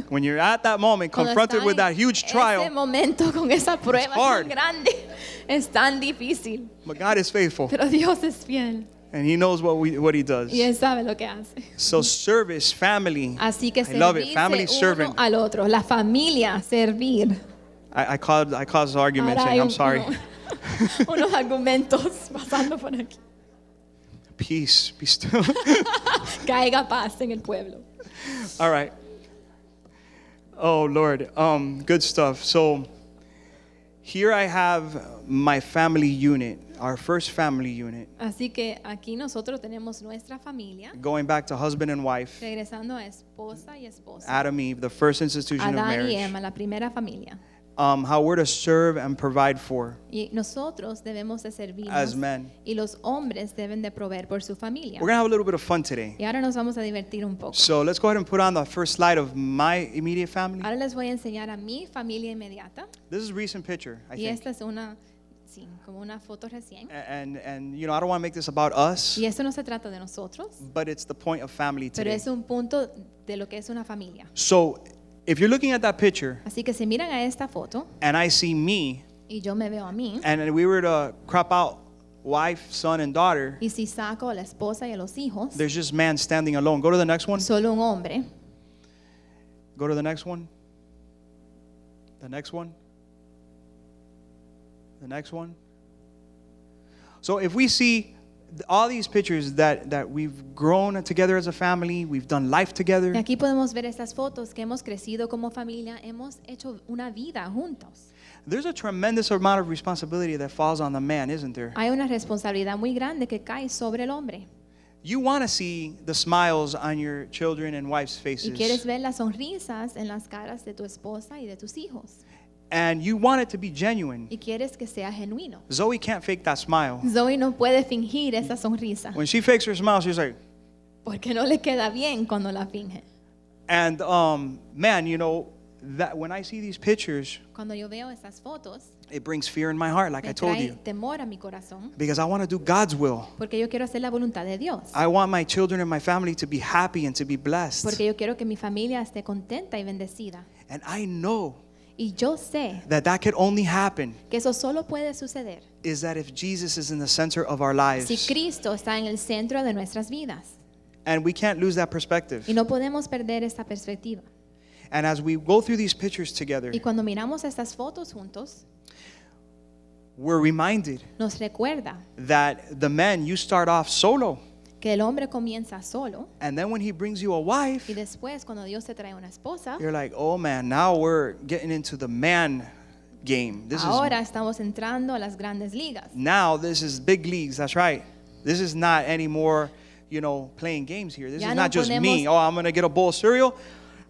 Speaker 1: When you're at that moment,
Speaker 2: Cuando
Speaker 1: (laughs) confronted
Speaker 2: están
Speaker 1: with
Speaker 2: en
Speaker 1: that huge
Speaker 2: Ese
Speaker 1: trial,
Speaker 2: momento con esa prueba
Speaker 1: hard.
Speaker 2: tan grande (laughs) es tan difícil.
Speaker 1: but God is faithful
Speaker 2: Pero Dios es fiel
Speaker 1: and He knows what we what He does.
Speaker 2: y Él sabe lo que hace.
Speaker 1: So service, family.
Speaker 2: Así que
Speaker 1: I love it.
Speaker 2: servirse
Speaker 1: Family
Speaker 2: uno
Speaker 1: servant.
Speaker 2: al otro, la familia, servir.
Speaker 1: I, I caused I caused arguments.
Speaker 2: Ahora
Speaker 1: Saying,
Speaker 2: hay
Speaker 1: I'm
Speaker 2: un-
Speaker 1: sorry.
Speaker 2: uno- (laughs) unos argumentos pasando por aquí.
Speaker 1: (laughs) Peace, be still. (laughs)
Speaker 2: Caiga paz en el pueblo.
Speaker 1: All right. Oh Lord, um, good stuff. So here I have my family unit, our first family unit,
Speaker 2: Así que aquí nosotros tenemos nuestra familia,
Speaker 1: going back to husband and wife,
Speaker 2: regresando a esposa y esposo.
Speaker 1: Adam Eve, the first institution of
Speaker 2: Adán y
Speaker 1: marriage.
Speaker 2: Emma, la primera familia.
Speaker 1: Um, how we're to serve and provide for.
Speaker 2: Y nosotros debemos de servir
Speaker 1: As men.
Speaker 2: y los hombres deben de proveer por su familia.
Speaker 1: We're gonna have a little bit of fun today.
Speaker 2: Y ahora nos vamos a divertir un poco.
Speaker 1: So let's go ahead and put on the first slide of my immediate family.
Speaker 2: Ahora les voy a enseñar a mi familia inmediata
Speaker 1: This is a recent picture, I
Speaker 2: y
Speaker 1: think.
Speaker 2: esta es una sí, como una foto recién.
Speaker 1: A- And and you know, I don't want to make this about us,
Speaker 2: Y esto no se trata de nosotros,
Speaker 1: but it's the point of family
Speaker 2: pero
Speaker 1: today.
Speaker 2: es un punto de lo que es una familia.
Speaker 1: So if you're looking at that picture
Speaker 2: Así que si miran a esta foto
Speaker 1: and I see me
Speaker 2: y yo me veo a mí
Speaker 1: and then we were to crop out wife, son and daughter,
Speaker 2: y si saco a la esposa y a los hijos,
Speaker 1: there's just man standing alone. Go to the next one.
Speaker 2: solo un hombre.
Speaker 1: Go to the next one. The next one. The next one. So if we see th- all these pictures that, that we've grown together as a family, we've done life
Speaker 2: Y
Speaker 1: together,
Speaker 2: aquí podemos ver estas fotos que hemos crecido como familia, hemos hecho una vida juntos.
Speaker 1: there's a tremendous amount of responsibility that falls on the man, isn't there?
Speaker 2: Hay una responsabilidad muy grande que cae sobre el hombre.
Speaker 1: You want to see the smiles on your children and wife's
Speaker 2: Y quieres
Speaker 1: faces,
Speaker 2: ver las sonrisas en las caras de tu esposa y de tus hijos.
Speaker 1: and you want it to be genuine.
Speaker 2: Y quieres que sea genuino.
Speaker 1: Zoe can't fake that smile.
Speaker 2: Zoe no puede fingir esa sonrisa
Speaker 1: When she fakes her smile, she's like,
Speaker 2: porque no le queda bien cuando la finge.
Speaker 1: And um, man, you know that when I see these pictures,
Speaker 2: Cuando yo veo esas fotos,
Speaker 1: it brings fear in my heart, like I
Speaker 2: me
Speaker 1: told
Speaker 2: trae
Speaker 1: you,
Speaker 2: temor a mi corazón
Speaker 1: because I want to do God's will.
Speaker 2: porque yo quiero hacer la voluntad de Dios.
Speaker 1: I want my children and my family to be happy and to be blessed.
Speaker 2: Porque yo quiero que mi familia esté contenta y bendecida.
Speaker 1: And I know
Speaker 2: Y yo sé
Speaker 1: that that could only happen
Speaker 2: que eso solo puede suceder
Speaker 1: is that if Jesus is in the center of our
Speaker 2: si
Speaker 1: lives,
Speaker 2: Cristo está en el centro de nuestras vidas.
Speaker 1: and we can't lose that perspective.
Speaker 2: Y no podemos perder esta perspectiva.
Speaker 1: And as we go through these pictures together,
Speaker 2: Y cuando miramos estas fotos juntos,
Speaker 1: we're reminded
Speaker 2: nos recuerda
Speaker 1: that the men you start off solo,
Speaker 2: que el hombre comienza solo
Speaker 1: and then when he brings you a wife,
Speaker 2: y después cuando Dios te trae una esposa,
Speaker 1: You're like, oh man, now we're getting into the man game. This
Speaker 2: ahora
Speaker 1: is
Speaker 2: estamos entrando a las grandes ligas.
Speaker 1: now this is big leagues. That's right. This is not anymore, you know, playing games here. This
Speaker 2: Ya
Speaker 1: is
Speaker 2: no
Speaker 1: not just me.
Speaker 2: podemos-
Speaker 1: Oh, I'm gonna get a bowl of cereal.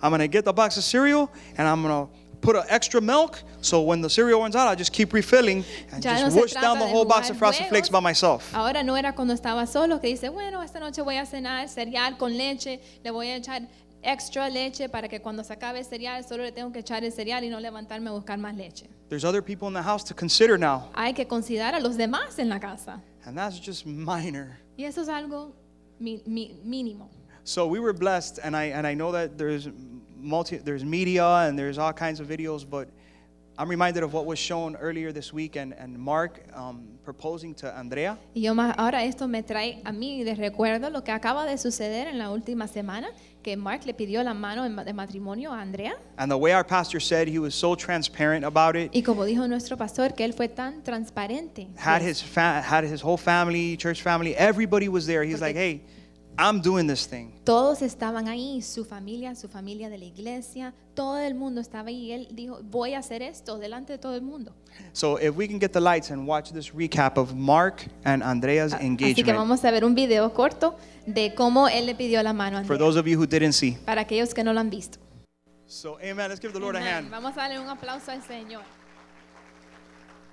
Speaker 1: I'm gonna get the box of cereal, and I'm gonna put an extra milk. So when the cereal runs out, I just keep refilling and
Speaker 2: Ya no
Speaker 1: just
Speaker 2: se
Speaker 1: whoosh down
Speaker 2: trata
Speaker 1: the
Speaker 2: de
Speaker 1: whole box
Speaker 2: jugar Ah.
Speaker 1: of Frosted Flakes
Speaker 2: juegos.
Speaker 1: by myself.
Speaker 2: Ahora no era cuando estaba solo que dice, bueno, esta noche voy a cenar cereal con leche, le voy a echar extra leche para que cuando se acabe el cereal solo le tengo que echar el cereal y no levantarme a buscar más leche.
Speaker 1: There's other people in the house to consider now,
Speaker 2: Hay que considerar a los demás en la casa.
Speaker 1: and that's just minor.
Speaker 2: Y eso es algo mi- mi- mínimo.
Speaker 1: So we were blessed, and I and I know that there's multi, there's media and there's all kinds of videos, but I'm reminded of what was shown earlier this week and, and Mark um, proposing to Andrea.
Speaker 2: Y yo más, ahora esto me trae a mí de recuerdo lo que acaba de suceder en la última semana, que Mark le pidió la mano en ma- de matrimonio a Andrea.
Speaker 1: And the way our pastor said, he was so transparent about it.
Speaker 2: Y como dijo nuestro pastor, que él fue tan transparente.
Speaker 1: Had
Speaker 2: que-
Speaker 1: his fa- had his whole family, church family, everybody was there. He's
Speaker 2: Porque-
Speaker 1: like, "Hey, I'm doing this thing."
Speaker 2: Todos estaban ahí, su familia, su familia de la iglesia, todo el mundo estaba ahí. Y él dijo, voy a hacer esto delante de todo el mundo.
Speaker 1: So if we can get the lights and watch this recap of Mark and Andrea's
Speaker 2: A- Así que
Speaker 1: engagement
Speaker 2: vamos a ver un video corto de cómo él le pidió la mano a
Speaker 1: for
Speaker 2: Andrea,
Speaker 1: those of you who didn't see.
Speaker 2: para aquellos que no lo han visto.
Speaker 1: So amen. Let's give the Lord a
Speaker 2: Amén.
Speaker 1: hand.
Speaker 2: Vamos a darle un aplauso al Señor.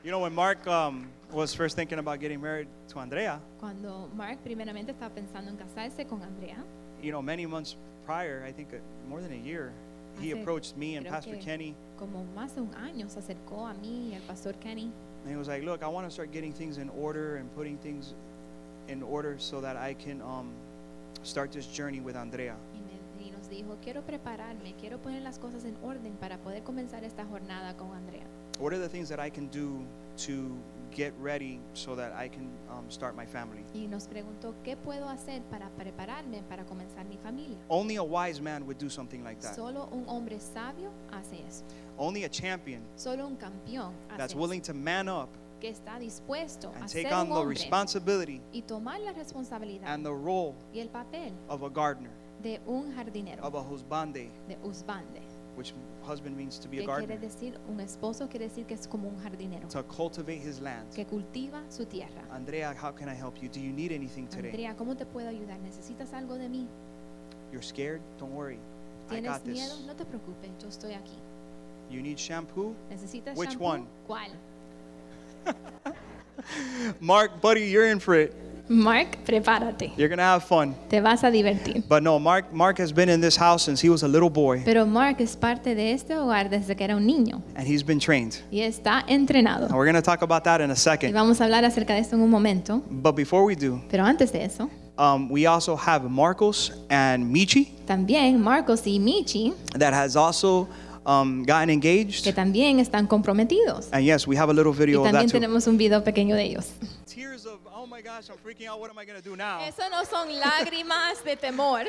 Speaker 1: You know, when Mark um, was first thinking about getting married to Andrea,
Speaker 2: Cuando Mark primeramente estaba pensando en casarse con Andrea,
Speaker 1: you know, many months prior, I think uh, more than a year, he
Speaker 2: Hace-
Speaker 1: approached me and
Speaker 2: creo
Speaker 1: Pastor
Speaker 2: que-
Speaker 1: Kenny,
Speaker 2: como más de un año se acercó a mí y al pastor Kenny
Speaker 1: and he was like, "Look, I want to start getting things in order and putting things in order so that I can um, start this journey with Andrea."
Speaker 2: y, me- y nos dijo, quiero prepararme, quiero poner las cosas en orden para poder comenzar esta jornada con Andrea.
Speaker 1: What are the things that I can do to get ready so that I can um, start my family?
Speaker 2: Y nos preguntó, ¿qué puedo hacer para prepararme para comenzar mi familia?
Speaker 1: Only a wise man would do something like that.
Speaker 2: Solo un hombre sabio hace eso.
Speaker 1: Only a champion
Speaker 2: Solo un campeón hace
Speaker 1: that's
Speaker 2: eso.
Speaker 1: willing to man up
Speaker 2: que está dispuesto a
Speaker 1: and
Speaker 2: ser
Speaker 1: take on
Speaker 2: un
Speaker 1: the
Speaker 2: hombre
Speaker 1: responsibility
Speaker 2: y tomar la responsabilidad
Speaker 1: and the role
Speaker 2: y el papel
Speaker 1: of a gardener,
Speaker 2: de un jardinero,
Speaker 1: of a husbande,
Speaker 2: de husbande,
Speaker 1: which husband means to be a
Speaker 2: que quiere
Speaker 1: gardener,
Speaker 2: decir un esposo, quiere decir que es como un jardinero,
Speaker 1: to cultivate his land.
Speaker 2: que cultiva su tierra.
Speaker 1: Andrea, how can I help you? Do you need anything Ah, today?
Speaker 2: Andrea, ¿cómo te puedo ayudar? ¿Necesitas algo de mí?
Speaker 1: You're scared? Don't worry. I
Speaker 2: ¿Tienes
Speaker 1: got
Speaker 2: miedo?
Speaker 1: this.
Speaker 2: No te preocupes, yo estoy aquí.
Speaker 1: You need shampoo? (laughs)
Speaker 2: ¿Necesitas
Speaker 1: Which
Speaker 2: shampoo?
Speaker 1: one?
Speaker 2: ¿Cuál?
Speaker 1: Mark, buddy, you're in for it.
Speaker 2: Mark, prepárate.
Speaker 1: You're going to have fun.
Speaker 2: Te vas a divertir.
Speaker 1: But no, Mark Mark has been in this house since he was a little boy
Speaker 2: Pero Mark es parte de este hogar desde que era un niño
Speaker 1: and he's been trained.
Speaker 2: y está entrenado.
Speaker 1: And we're going to talk about that in a
Speaker 2: Y
Speaker 1: second.
Speaker 2: vamos a hablar acerca de esto en un momento.
Speaker 1: But before we do,
Speaker 2: Pero antes de eso,
Speaker 1: um, we also have Marcos and Michi
Speaker 2: también Marcos y Michi,
Speaker 1: that has also um, gotten
Speaker 2: que
Speaker 1: engaged.
Speaker 2: también están comprometidos.
Speaker 1: And yes, we have a little
Speaker 2: Y
Speaker 1: video of that
Speaker 2: también
Speaker 1: too.
Speaker 2: tenemos un video pequeño de ellos.
Speaker 1: Tears of, oh my gosh, I'm freaking out. What am I going to do now?
Speaker 2: Eso no son lágrimas de temor,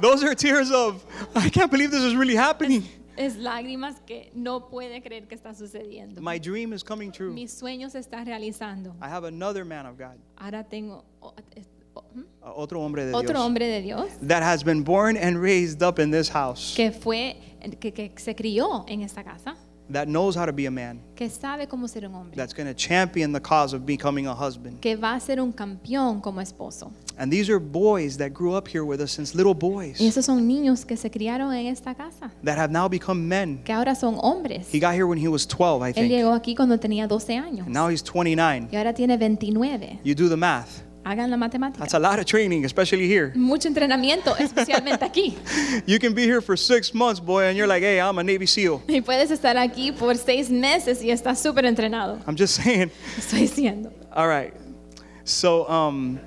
Speaker 1: Those are tears of, (laughs) I can't believe this is really happening.
Speaker 2: (laughs) es lágrimas que no puede creer que está sucediendo.
Speaker 1: My dream is coming true.
Speaker 2: Mi sueño se está realizando.
Speaker 1: I have another man of God,
Speaker 2: Ahora tengo o- es- o- ¿hmm?
Speaker 1: uh, otro hombre de
Speaker 2: otro
Speaker 1: Dios,
Speaker 2: hombre de Dios
Speaker 1: that has been born and raised up in this house,
Speaker 2: que fue que, que se crió en esta casa,
Speaker 1: that knows how to be a man,
Speaker 2: que sabe cómo ser un hombre,
Speaker 1: that's going to champion the cause of becoming a husband.
Speaker 2: que va a ser un campeón como esposo.
Speaker 1: And these are boys that grew up here with us since little
Speaker 2: Y
Speaker 1: boys,
Speaker 2: esos son niños que se criaron en esta casa,
Speaker 1: that have now become men.
Speaker 2: que ahora son hombres.
Speaker 1: He got here when he was 12, I
Speaker 2: Él
Speaker 1: think.
Speaker 2: llegó aquí cuando tenía 12 años
Speaker 1: And now he's 29.
Speaker 2: y ahora tiene 29.
Speaker 1: You do the math.
Speaker 2: Hagan la matemática.
Speaker 1: That's a lot of training, especially here.
Speaker 2: Mucho entrenamiento,
Speaker 1: (laughs)
Speaker 2: especialmente aquí.
Speaker 1: You can be here for six months, boy, and you're like, hey, I'm a Navy SEAL.
Speaker 2: Y puedes estar aquí por seis meses y estás súper entrenado. (laughs)
Speaker 1: I'm just (laughs) saying.
Speaker 2: Estoy diciendo.
Speaker 1: All right. So, um,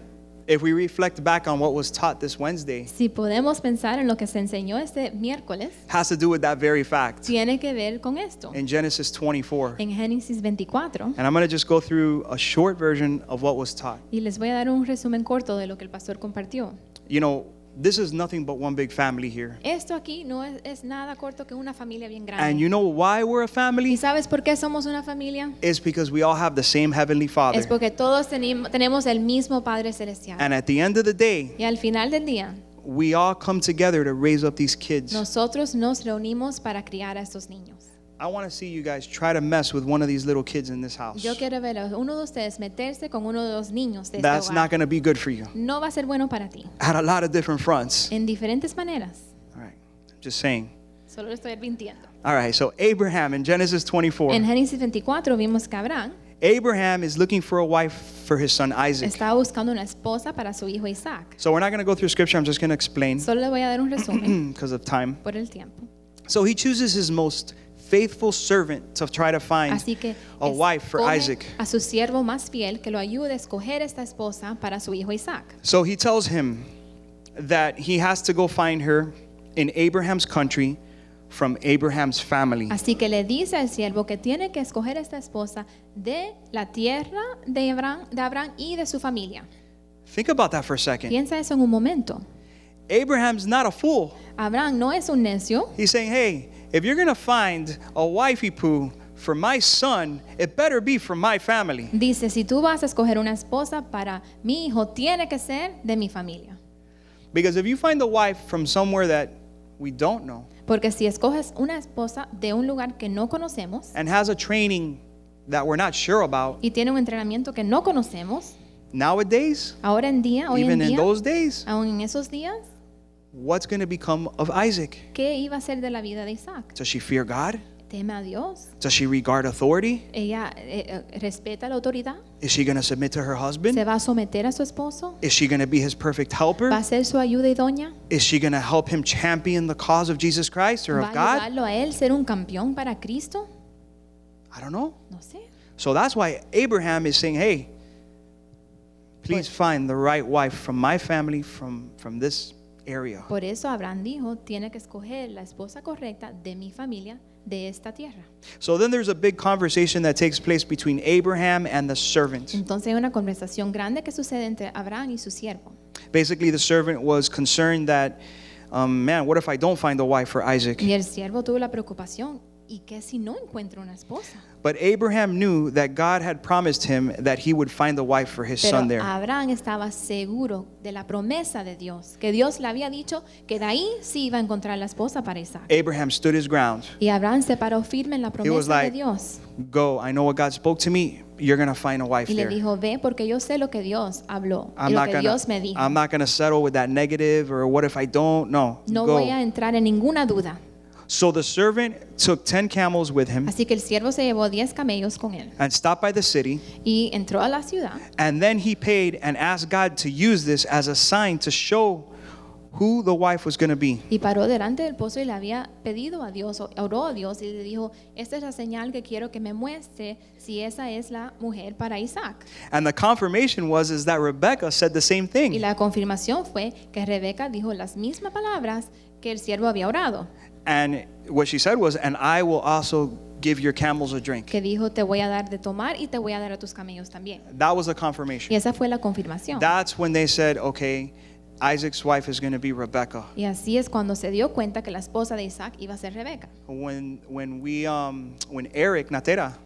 Speaker 1: if we reflect back on what was taught this Wednesday,
Speaker 2: Si podemos pensar en lo que se enseñó este miércoles,
Speaker 1: has to do with that very fact
Speaker 2: tiene que ver con esto.
Speaker 1: in Genesis 24.
Speaker 2: En Génesis 24.
Speaker 1: And I'm going to just go through a short version of what was taught.
Speaker 2: Y les voy a dar un resumen corto de lo que el pastor compartió.
Speaker 1: You know, this is nothing but one big family here.
Speaker 2: Esto aquí no es, es nada corto que una familia bien
Speaker 1: And
Speaker 2: grande.
Speaker 1: you know why we're a
Speaker 2: ¿Y
Speaker 1: family?
Speaker 2: sabes por qué somos una familia?
Speaker 1: It's because we all have the same Heavenly Father.
Speaker 2: Es porque todos tenim- tenemos el mismo Padre Celestial.
Speaker 1: And at the end of the day,
Speaker 2: Y al final del día,
Speaker 1: we all come together to raise up these kids.
Speaker 2: nosotros nos reunimos para criar a estos niños.
Speaker 1: I want to see you guys try to mess with one of these little kids in this house.
Speaker 2: Yo quiero ver a uno de ustedes meterse con uno de los niños de este
Speaker 1: That's not
Speaker 2: hogar.
Speaker 1: going to be good for you
Speaker 2: No va a ser bueno para ti.
Speaker 1: at a lot of different fronts.
Speaker 2: En diferentes maneras.
Speaker 1: All right. Just saying.
Speaker 2: Solo lo estoy advirtiendo.
Speaker 1: All right. So Abraham in Genesis
Speaker 2: En
Speaker 1: 24,
Speaker 2: Génesis 24 vimos que Abraham
Speaker 1: Abraham is looking for a wife for his son Isaac.
Speaker 2: estaba buscando una esposa para su hijo Isaac.
Speaker 1: So we're not going to go through scripture. I'm just going to explain (clears throat)
Speaker 2: Solo le voy a dar un resumen
Speaker 1: because of time.
Speaker 2: por el tiempo.
Speaker 1: So he chooses his most faithful servant to try to find
Speaker 2: Así que
Speaker 1: a wife for
Speaker 2: escoge
Speaker 1: Isaac.
Speaker 2: a su siervo más fiel que lo ayude a escoger esta esposa para su hijo Isaac.
Speaker 1: So he tells him that he has to go find her in Abraham's country from Abraham's family.
Speaker 2: Así que le dice al siervo que tiene que escoger esta esposa de la tierra de Abraham, de Abraham y de su familia.
Speaker 1: Think about that for a second.
Speaker 2: Piensa eso en un momento.
Speaker 1: Abraham's not a fool.
Speaker 2: Abraham no es un necio.
Speaker 1: He's saying, hey, if you're going to find a wifey poo for my son, it better be from my family.
Speaker 2: Dice, si tú vas a escoger una esposa para mi hijo, tiene que ser de mi familia.
Speaker 1: Because if you find a wife from somewhere that we don't know
Speaker 2: Porque si escoges una esposa de un lugar que no conocemos
Speaker 1: and has a training that we're not sure about
Speaker 2: y tiene un entrenamiento que no conocemos,
Speaker 1: nowadays,
Speaker 2: ahora en día, hoy en
Speaker 1: even in
Speaker 2: día,
Speaker 1: those days,
Speaker 2: aún en esos días,
Speaker 1: what's going to become of Isaac?
Speaker 2: ¿qué iba a ser de la vida de Isaac?
Speaker 1: Does she fear God?
Speaker 2: Teme a Dios.
Speaker 1: Does she regard authority?
Speaker 2: Ella eh, eh, respeta la autoridad,
Speaker 1: Is she going to submit to her
Speaker 2: se
Speaker 1: husband?
Speaker 2: va a someter a su esposo,
Speaker 1: Is she going to be his perfect
Speaker 2: va a
Speaker 1: helper?
Speaker 2: ser su ayuda idónea,
Speaker 1: Is she going to help him champion the cause of Jesus Christ or
Speaker 2: va a
Speaker 1: of God?
Speaker 2: ayudarlo a él ser un campeón para Cristo.
Speaker 1: I don't know.
Speaker 2: No sé.
Speaker 1: So that's why Abraham is saying, hey, please find the right wife from my family, from, from this area.
Speaker 2: Por eso Abraham dijo, tiene que escoger la esposa correcta de mi familia, de esta tierra.
Speaker 1: So then there's a big conversation that takes place between Abraham and the servant.
Speaker 2: Entonces hay una conversación grande que sucede entre Abraham y su siervo.
Speaker 1: Basically, the servant was concerned that, um, man, what if I don't find a wife for Isaac?
Speaker 2: Y el siervo tuvo la preocupación, ¿y qué si no encuentro una esposa?
Speaker 1: But Abraham knew that God had promised him that he would find a wife for his
Speaker 2: Pero
Speaker 1: son there.
Speaker 2: Abraham estaba seguro de la promesa de Dios, que Dios le había dicho que de ahí sí iba a encontrar la esposa para Isaac.
Speaker 1: Abraham stood his ground.
Speaker 2: Y Abraham se paró firme en la
Speaker 1: was
Speaker 2: promesa
Speaker 1: like,
Speaker 2: de Dios
Speaker 1: Go, I know what God spoke to me. You're going to find a wife
Speaker 2: y le
Speaker 1: there.
Speaker 2: dijo, ve porque yo sé lo que Dios habló y
Speaker 1: I'm
Speaker 2: lo
Speaker 1: not
Speaker 2: que
Speaker 1: gonna,
Speaker 2: Dios me dijo.
Speaker 1: I'm not gonna settle with that negative or what if I don't? No,
Speaker 2: no
Speaker 1: go.
Speaker 2: voy a entrar en ninguna duda.
Speaker 1: So the servant took 10 camels with him
Speaker 2: Así que el siervo se llevó diez camellos con él
Speaker 1: and stopped by the city.
Speaker 2: y entró a la ciudad
Speaker 1: And then he paid and asked God to use this as a sign to show who the wife was going to be.
Speaker 2: y paró delante del pozo y le había pedido a Dios, o- oró a Dios y le dijo, esta es la señal que quiero que me muestre si esa es la mujer para Isaac.
Speaker 1: And the confirmation was is that Rebecca said the same
Speaker 2: Y
Speaker 1: thing.
Speaker 2: la confirmación fue que Rebeca dijo las mismas palabras que el siervo había orado,
Speaker 1: And what she said was, and I will also give your camels a drink.
Speaker 2: que dijo, te voy a dar de tomar y te voy a dar a tus camellos también.
Speaker 1: That was the
Speaker 2: Y
Speaker 1: confirmation.
Speaker 2: esa fue la confirmación.
Speaker 1: That's when they said, okay, Isaac's wife is going to be Rebecca.
Speaker 2: Y así es cuando se dio cuenta que la esposa de Isaac iba a ser Rebeca.
Speaker 1: When when we um when Eric Natera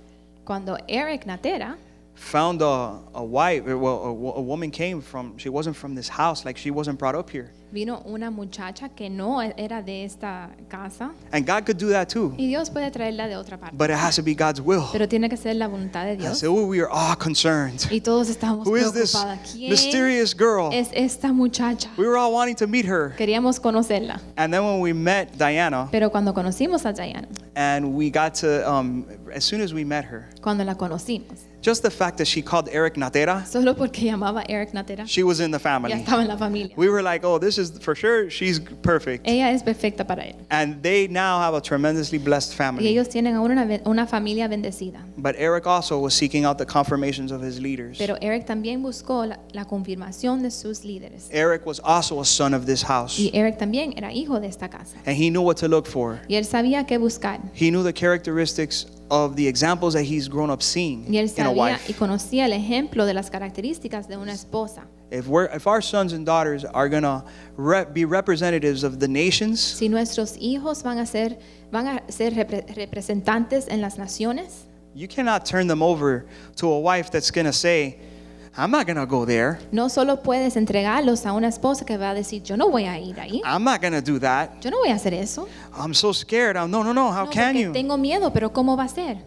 Speaker 2: Cuando Eric Natera
Speaker 1: found a, a wife, eh, well, a, wo- a woman came from. She wasn't from this house. Like she wasn't brought up here.
Speaker 2: vino una muchacha que no e-, era de esta casa
Speaker 1: And God could do that too,
Speaker 2: y Dios puede traerla de otra parte.
Speaker 1: but it has to be God's will.
Speaker 2: Pero tiene que ser la voluntad de Dios.
Speaker 1: So we are all concerned.
Speaker 2: Y todos estábamos
Speaker 1: Who is this
Speaker 2: preocupados. ¿Quién
Speaker 1: mysterious girl?
Speaker 2: es esta muchacha?
Speaker 1: We were all wanting to meet her.
Speaker 2: Queríamos conocerla.
Speaker 1: And then when we met Diana,
Speaker 2: Pero cuando conocimos a Diana,
Speaker 1: and we got to, um, as soon as we met her,
Speaker 2: cuando la conocimos,
Speaker 1: just the fact that she called Eric Natera,
Speaker 2: solo porque llamaba Eric Natera,
Speaker 1: she was in the
Speaker 2: ya
Speaker 1: family.
Speaker 2: estaba en la familia.
Speaker 1: We were like, oh, this is for sure, she's perfect.
Speaker 2: Ella es perfecta para él.
Speaker 1: And they now have a tremendously blessed
Speaker 2: Y
Speaker 1: family.
Speaker 2: ellos tienen ahora una, ve- una familia bendecida.
Speaker 1: But Eric also was seeking out the confirmations of his leaders.
Speaker 2: Pero Eric también buscó la, la confirmación de sus líderes.
Speaker 1: Eric was also a son of this house,
Speaker 2: Y Eric también era hijo de esta casa.
Speaker 1: and he knew what to look for.
Speaker 2: Y él sabía qué buscar.
Speaker 1: He knew the characteristics of the examples that he's grown up seeing
Speaker 2: Y él
Speaker 1: in a
Speaker 2: sabía y
Speaker 1: wife.
Speaker 2: conocía el ejemplo de las características de una esposa.
Speaker 1: If we're if our sons and daughters are gonna rep, be representatives of the nations,
Speaker 2: Si nuestros hijos van a ser, van a ser repre- representantes en las naciones,
Speaker 1: you cannot turn them over to a wife that's gonna say, "I'm not gonna go there.
Speaker 2: no solo puedes entregarlos a una esposa que va a decir, yo no voy a ir ahí,
Speaker 1: I'm not gonna do that.
Speaker 2: yo no voy a hacer eso.
Speaker 1: I'm so scared. I'm no, no, no. How
Speaker 2: No,
Speaker 1: can
Speaker 2: porque
Speaker 1: you?
Speaker 2: tengo miedo, pero ¿cómo va a ser?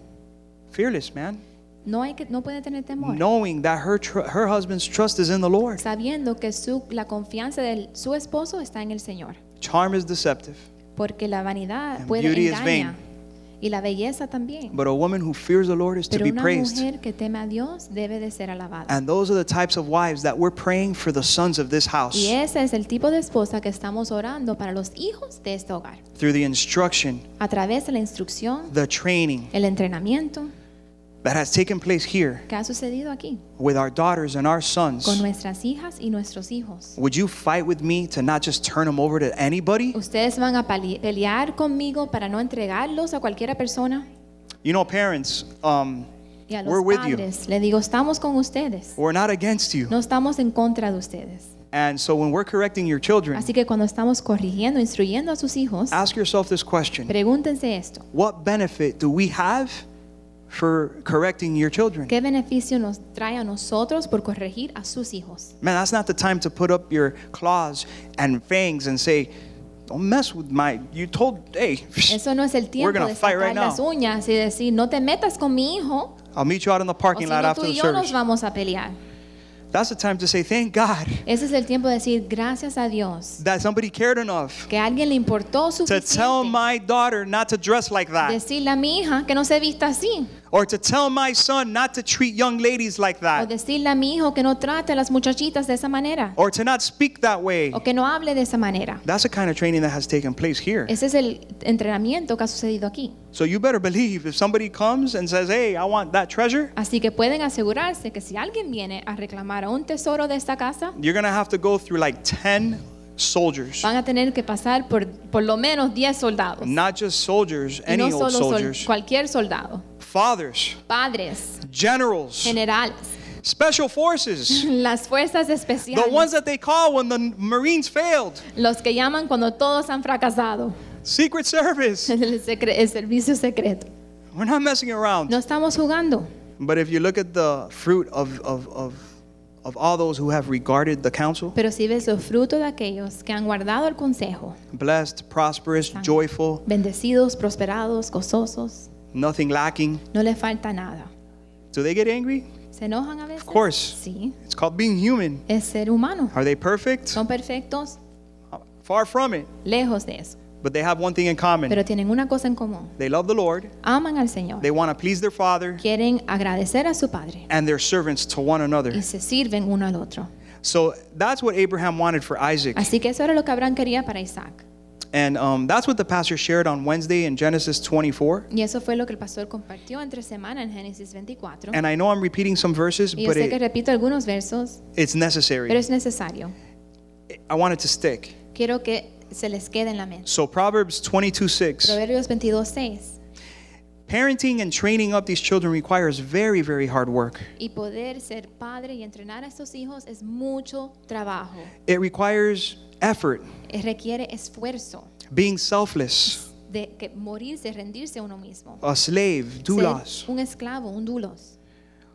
Speaker 1: Fearless, man.
Speaker 2: No, hay que, no puede tener temor.
Speaker 1: Knowing that her tr- her husband's trust is in the Lord.
Speaker 2: Sabiendo que su, la confianza de su esposo está en el Señor.
Speaker 1: Charm is deceptive,
Speaker 2: Porque la vanidad
Speaker 1: And
Speaker 2: puede
Speaker 1: beauty is
Speaker 2: engaña. Y la belleza también.
Speaker 1: but a woman who fears the Lord is to
Speaker 2: Pero
Speaker 1: be
Speaker 2: una
Speaker 1: praised.
Speaker 2: mujer que teme a Dios debe de ser alabada.
Speaker 1: And those are the types of wives that we're praying for the sons of this house
Speaker 2: Y ese es el tipo de esposa que estamos orando para los hijos de este hogar,
Speaker 1: through the instruction,
Speaker 2: a través de la instrucción,
Speaker 1: the training,
Speaker 2: el entrenamiento
Speaker 1: that has taken place here
Speaker 2: que ha sucedido aquí
Speaker 1: with our daughters and our
Speaker 2: con
Speaker 1: sons,
Speaker 2: nuestras hijas y nuestros hijos.
Speaker 1: would you fight with me to not just turn them over to anybody?
Speaker 2: Ustedes van a pali- pelear conmigo para no entregarlos a cualquiera persona.
Speaker 1: You know, parents, um,
Speaker 2: Y a los
Speaker 1: we're with you.
Speaker 2: padres le digo, estamos con ustedes.
Speaker 1: We're not against you.
Speaker 2: No estamos en contra de ustedes.
Speaker 1: And so when we're correcting your children,
Speaker 2: Así que cuando estamos corrigiendo, instruyendo a sus hijos,
Speaker 1: ask yourself this question
Speaker 2: pregúntense esto.
Speaker 1: What benefit do we have for correcting your children?
Speaker 2: ¿Qué beneficio nos trae a nosotros por corregir a sus hijos?
Speaker 1: Man, that's not the time to put up your claws and fangs and say, don't mess with my. You told, hey,
Speaker 2: Eso no es el tiempo
Speaker 1: gonna
Speaker 2: de
Speaker 1: fight
Speaker 2: sacar
Speaker 1: right now.
Speaker 2: las uñas y decir, no te metas con mi hijo,
Speaker 1: I'll meet you out in the
Speaker 2: o
Speaker 1: parking
Speaker 2: si
Speaker 1: lot
Speaker 2: no tú
Speaker 1: after
Speaker 2: y
Speaker 1: the
Speaker 2: yo nos
Speaker 1: service.
Speaker 2: vamos a pelear.
Speaker 1: That's the time to say, thank God
Speaker 2: Ese es el tiempo de decir, gracias a Dios,
Speaker 1: that somebody cared enough
Speaker 2: que a alguien le importó
Speaker 1: to tell
Speaker 2: suficiente
Speaker 1: my daughter not to dress like that,
Speaker 2: decirle a mi hija que no se vista así,
Speaker 1: or to tell my son not to treat young ladies like
Speaker 2: o
Speaker 1: that,
Speaker 2: decirle a mi hijo que no trate a las muchachitas de esa manera,
Speaker 1: or to not speak that way.
Speaker 2: o que no hable de esa manera.
Speaker 1: That's the kind of training that has taken place here.
Speaker 2: Ese es el entrenamiento que ha sucedido aquí.
Speaker 1: So you better believe if somebody comes and says, hey, I want that treasure,
Speaker 2: Así que pueden asegurarse que si alguien viene a reclamar un tesoro de esta casa,
Speaker 1: you're going to have to go through like 10 soldiers.
Speaker 2: van a tener que pasar por por lo menos 10 soldados.
Speaker 1: Not just soldiers,
Speaker 2: Y
Speaker 1: any
Speaker 2: no
Speaker 1: old
Speaker 2: solo sol-
Speaker 1: soldiers,
Speaker 2: cualquier soldado,
Speaker 1: fathers,
Speaker 2: padres,
Speaker 1: generals,
Speaker 2: generales, (laughs)
Speaker 1: special forces,
Speaker 2: las fuerzas
Speaker 1: the ones
Speaker 2: especiales,
Speaker 1: that they call when the Marines failed,
Speaker 2: los que llaman cuando todos han fracasado, (laughs)
Speaker 1: Secret Service.
Speaker 2: el, secre- el servicio secreto.
Speaker 1: We're not messing around.
Speaker 2: No estamos jugando,
Speaker 1: But if you look at the fruit of, of, of, of all those who have regarded the counsel
Speaker 2: pero si ves los frutos de aquellos que han guardado el consejo,
Speaker 1: blessed, prosperous, joyful,
Speaker 2: bendecidos, prosperados, gozosos,
Speaker 1: nothing lacking
Speaker 2: no les falta nada.
Speaker 1: do they get angry?
Speaker 2: ¿Se enojan a veces?
Speaker 1: course.
Speaker 2: Sí,
Speaker 1: It's called being human.
Speaker 2: es ser humano.
Speaker 1: Are they perfect?
Speaker 2: Son perfectos,
Speaker 1: Far from it.
Speaker 2: lejos de eso,
Speaker 1: But they have one thing in common
Speaker 2: pero tienen una cosa en común.
Speaker 1: they love the Lord,
Speaker 2: Aman al Señor.
Speaker 1: they want to please their Father,
Speaker 2: quieren agradecer a su padre
Speaker 1: and their servants to one another.
Speaker 2: y se sirven uno al otro.
Speaker 1: So that's what Abraham wanted for Isaac.
Speaker 2: Así que eso era lo que Abraham quería para Isaac.
Speaker 1: And um, that's what the pastor shared on Wednesday in Genesis 24.
Speaker 2: Y eso fue lo que el pastor compartió entre semana en Génesis 24.
Speaker 1: And I know I'm repeating some verses,
Speaker 2: Y yo
Speaker 1: but
Speaker 2: sé que
Speaker 1: it,
Speaker 2: repito algunos versos,
Speaker 1: it's
Speaker 2: pero
Speaker 1: necessary.
Speaker 2: es necesario.
Speaker 1: I want it to stick.
Speaker 2: Quiero que se les quede en la mente.
Speaker 1: So Proverbs 22 6.
Speaker 2: Proverbios 22, 6.
Speaker 1: Parenting and training up these children requires very, very hard work.
Speaker 2: Y poder ser padre y entrenar a estos hijos es mucho trabajo.
Speaker 1: It requires effort,
Speaker 2: Eh, Requiere esfuerzo
Speaker 1: being selfless,
Speaker 2: de que morirse, rendirse a uno mismo.
Speaker 1: a slave, doulos.
Speaker 2: Ser un esclavo, un dulos.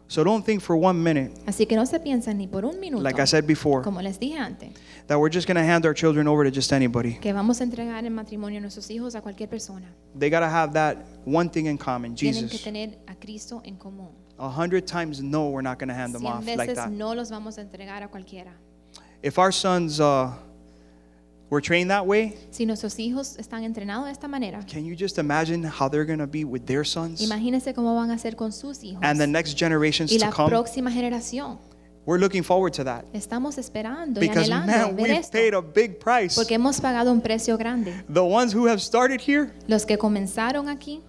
Speaker 1: So don't think for one minute,
Speaker 2: Así que no se piensan ni por un minuto,
Speaker 1: like I said before,
Speaker 2: como les dije antes.
Speaker 1: that we're just going to hand our children over to just anybody.
Speaker 2: que vamos a entregar en matrimonio a nuestros hijos a cualquier persona.
Speaker 1: They got to have that one thing in common
Speaker 2: Tienen que
Speaker 1: Jesus.
Speaker 2: tener a Cristo en común.
Speaker 1: A hundred times no, we're not going to hand them
Speaker 2: Cien
Speaker 1: off like
Speaker 2: veces
Speaker 1: that.
Speaker 2: no los vamos a entregar a cualquiera.
Speaker 1: If our sons uh, were trained that way,
Speaker 2: Si nuestros hijos están entrenados de esta manera,
Speaker 1: can you just imagine how they're going to be with their sons
Speaker 2: imagínense cómo van a ser con sus hijos
Speaker 1: and the next generations
Speaker 2: y
Speaker 1: to
Speaker 2: la
Speaker 1: come?
Speaker 2: próxima generación.
Speaker 1: We're looking forward to that.
Speaker 2: Estamos esperando y
Speaker 1: Because
Speaker 2: anhelando
Speaker 1: man,
Speaker 2: ver
Speaker 1: we've
Speaker 2: esto,
Speaker 1: paid a big price.
Speaker 2: porque hemos pagado un precio grande.
Speaker 1: The ones who have started here,
Speaker 2: Los que comenzaron aquí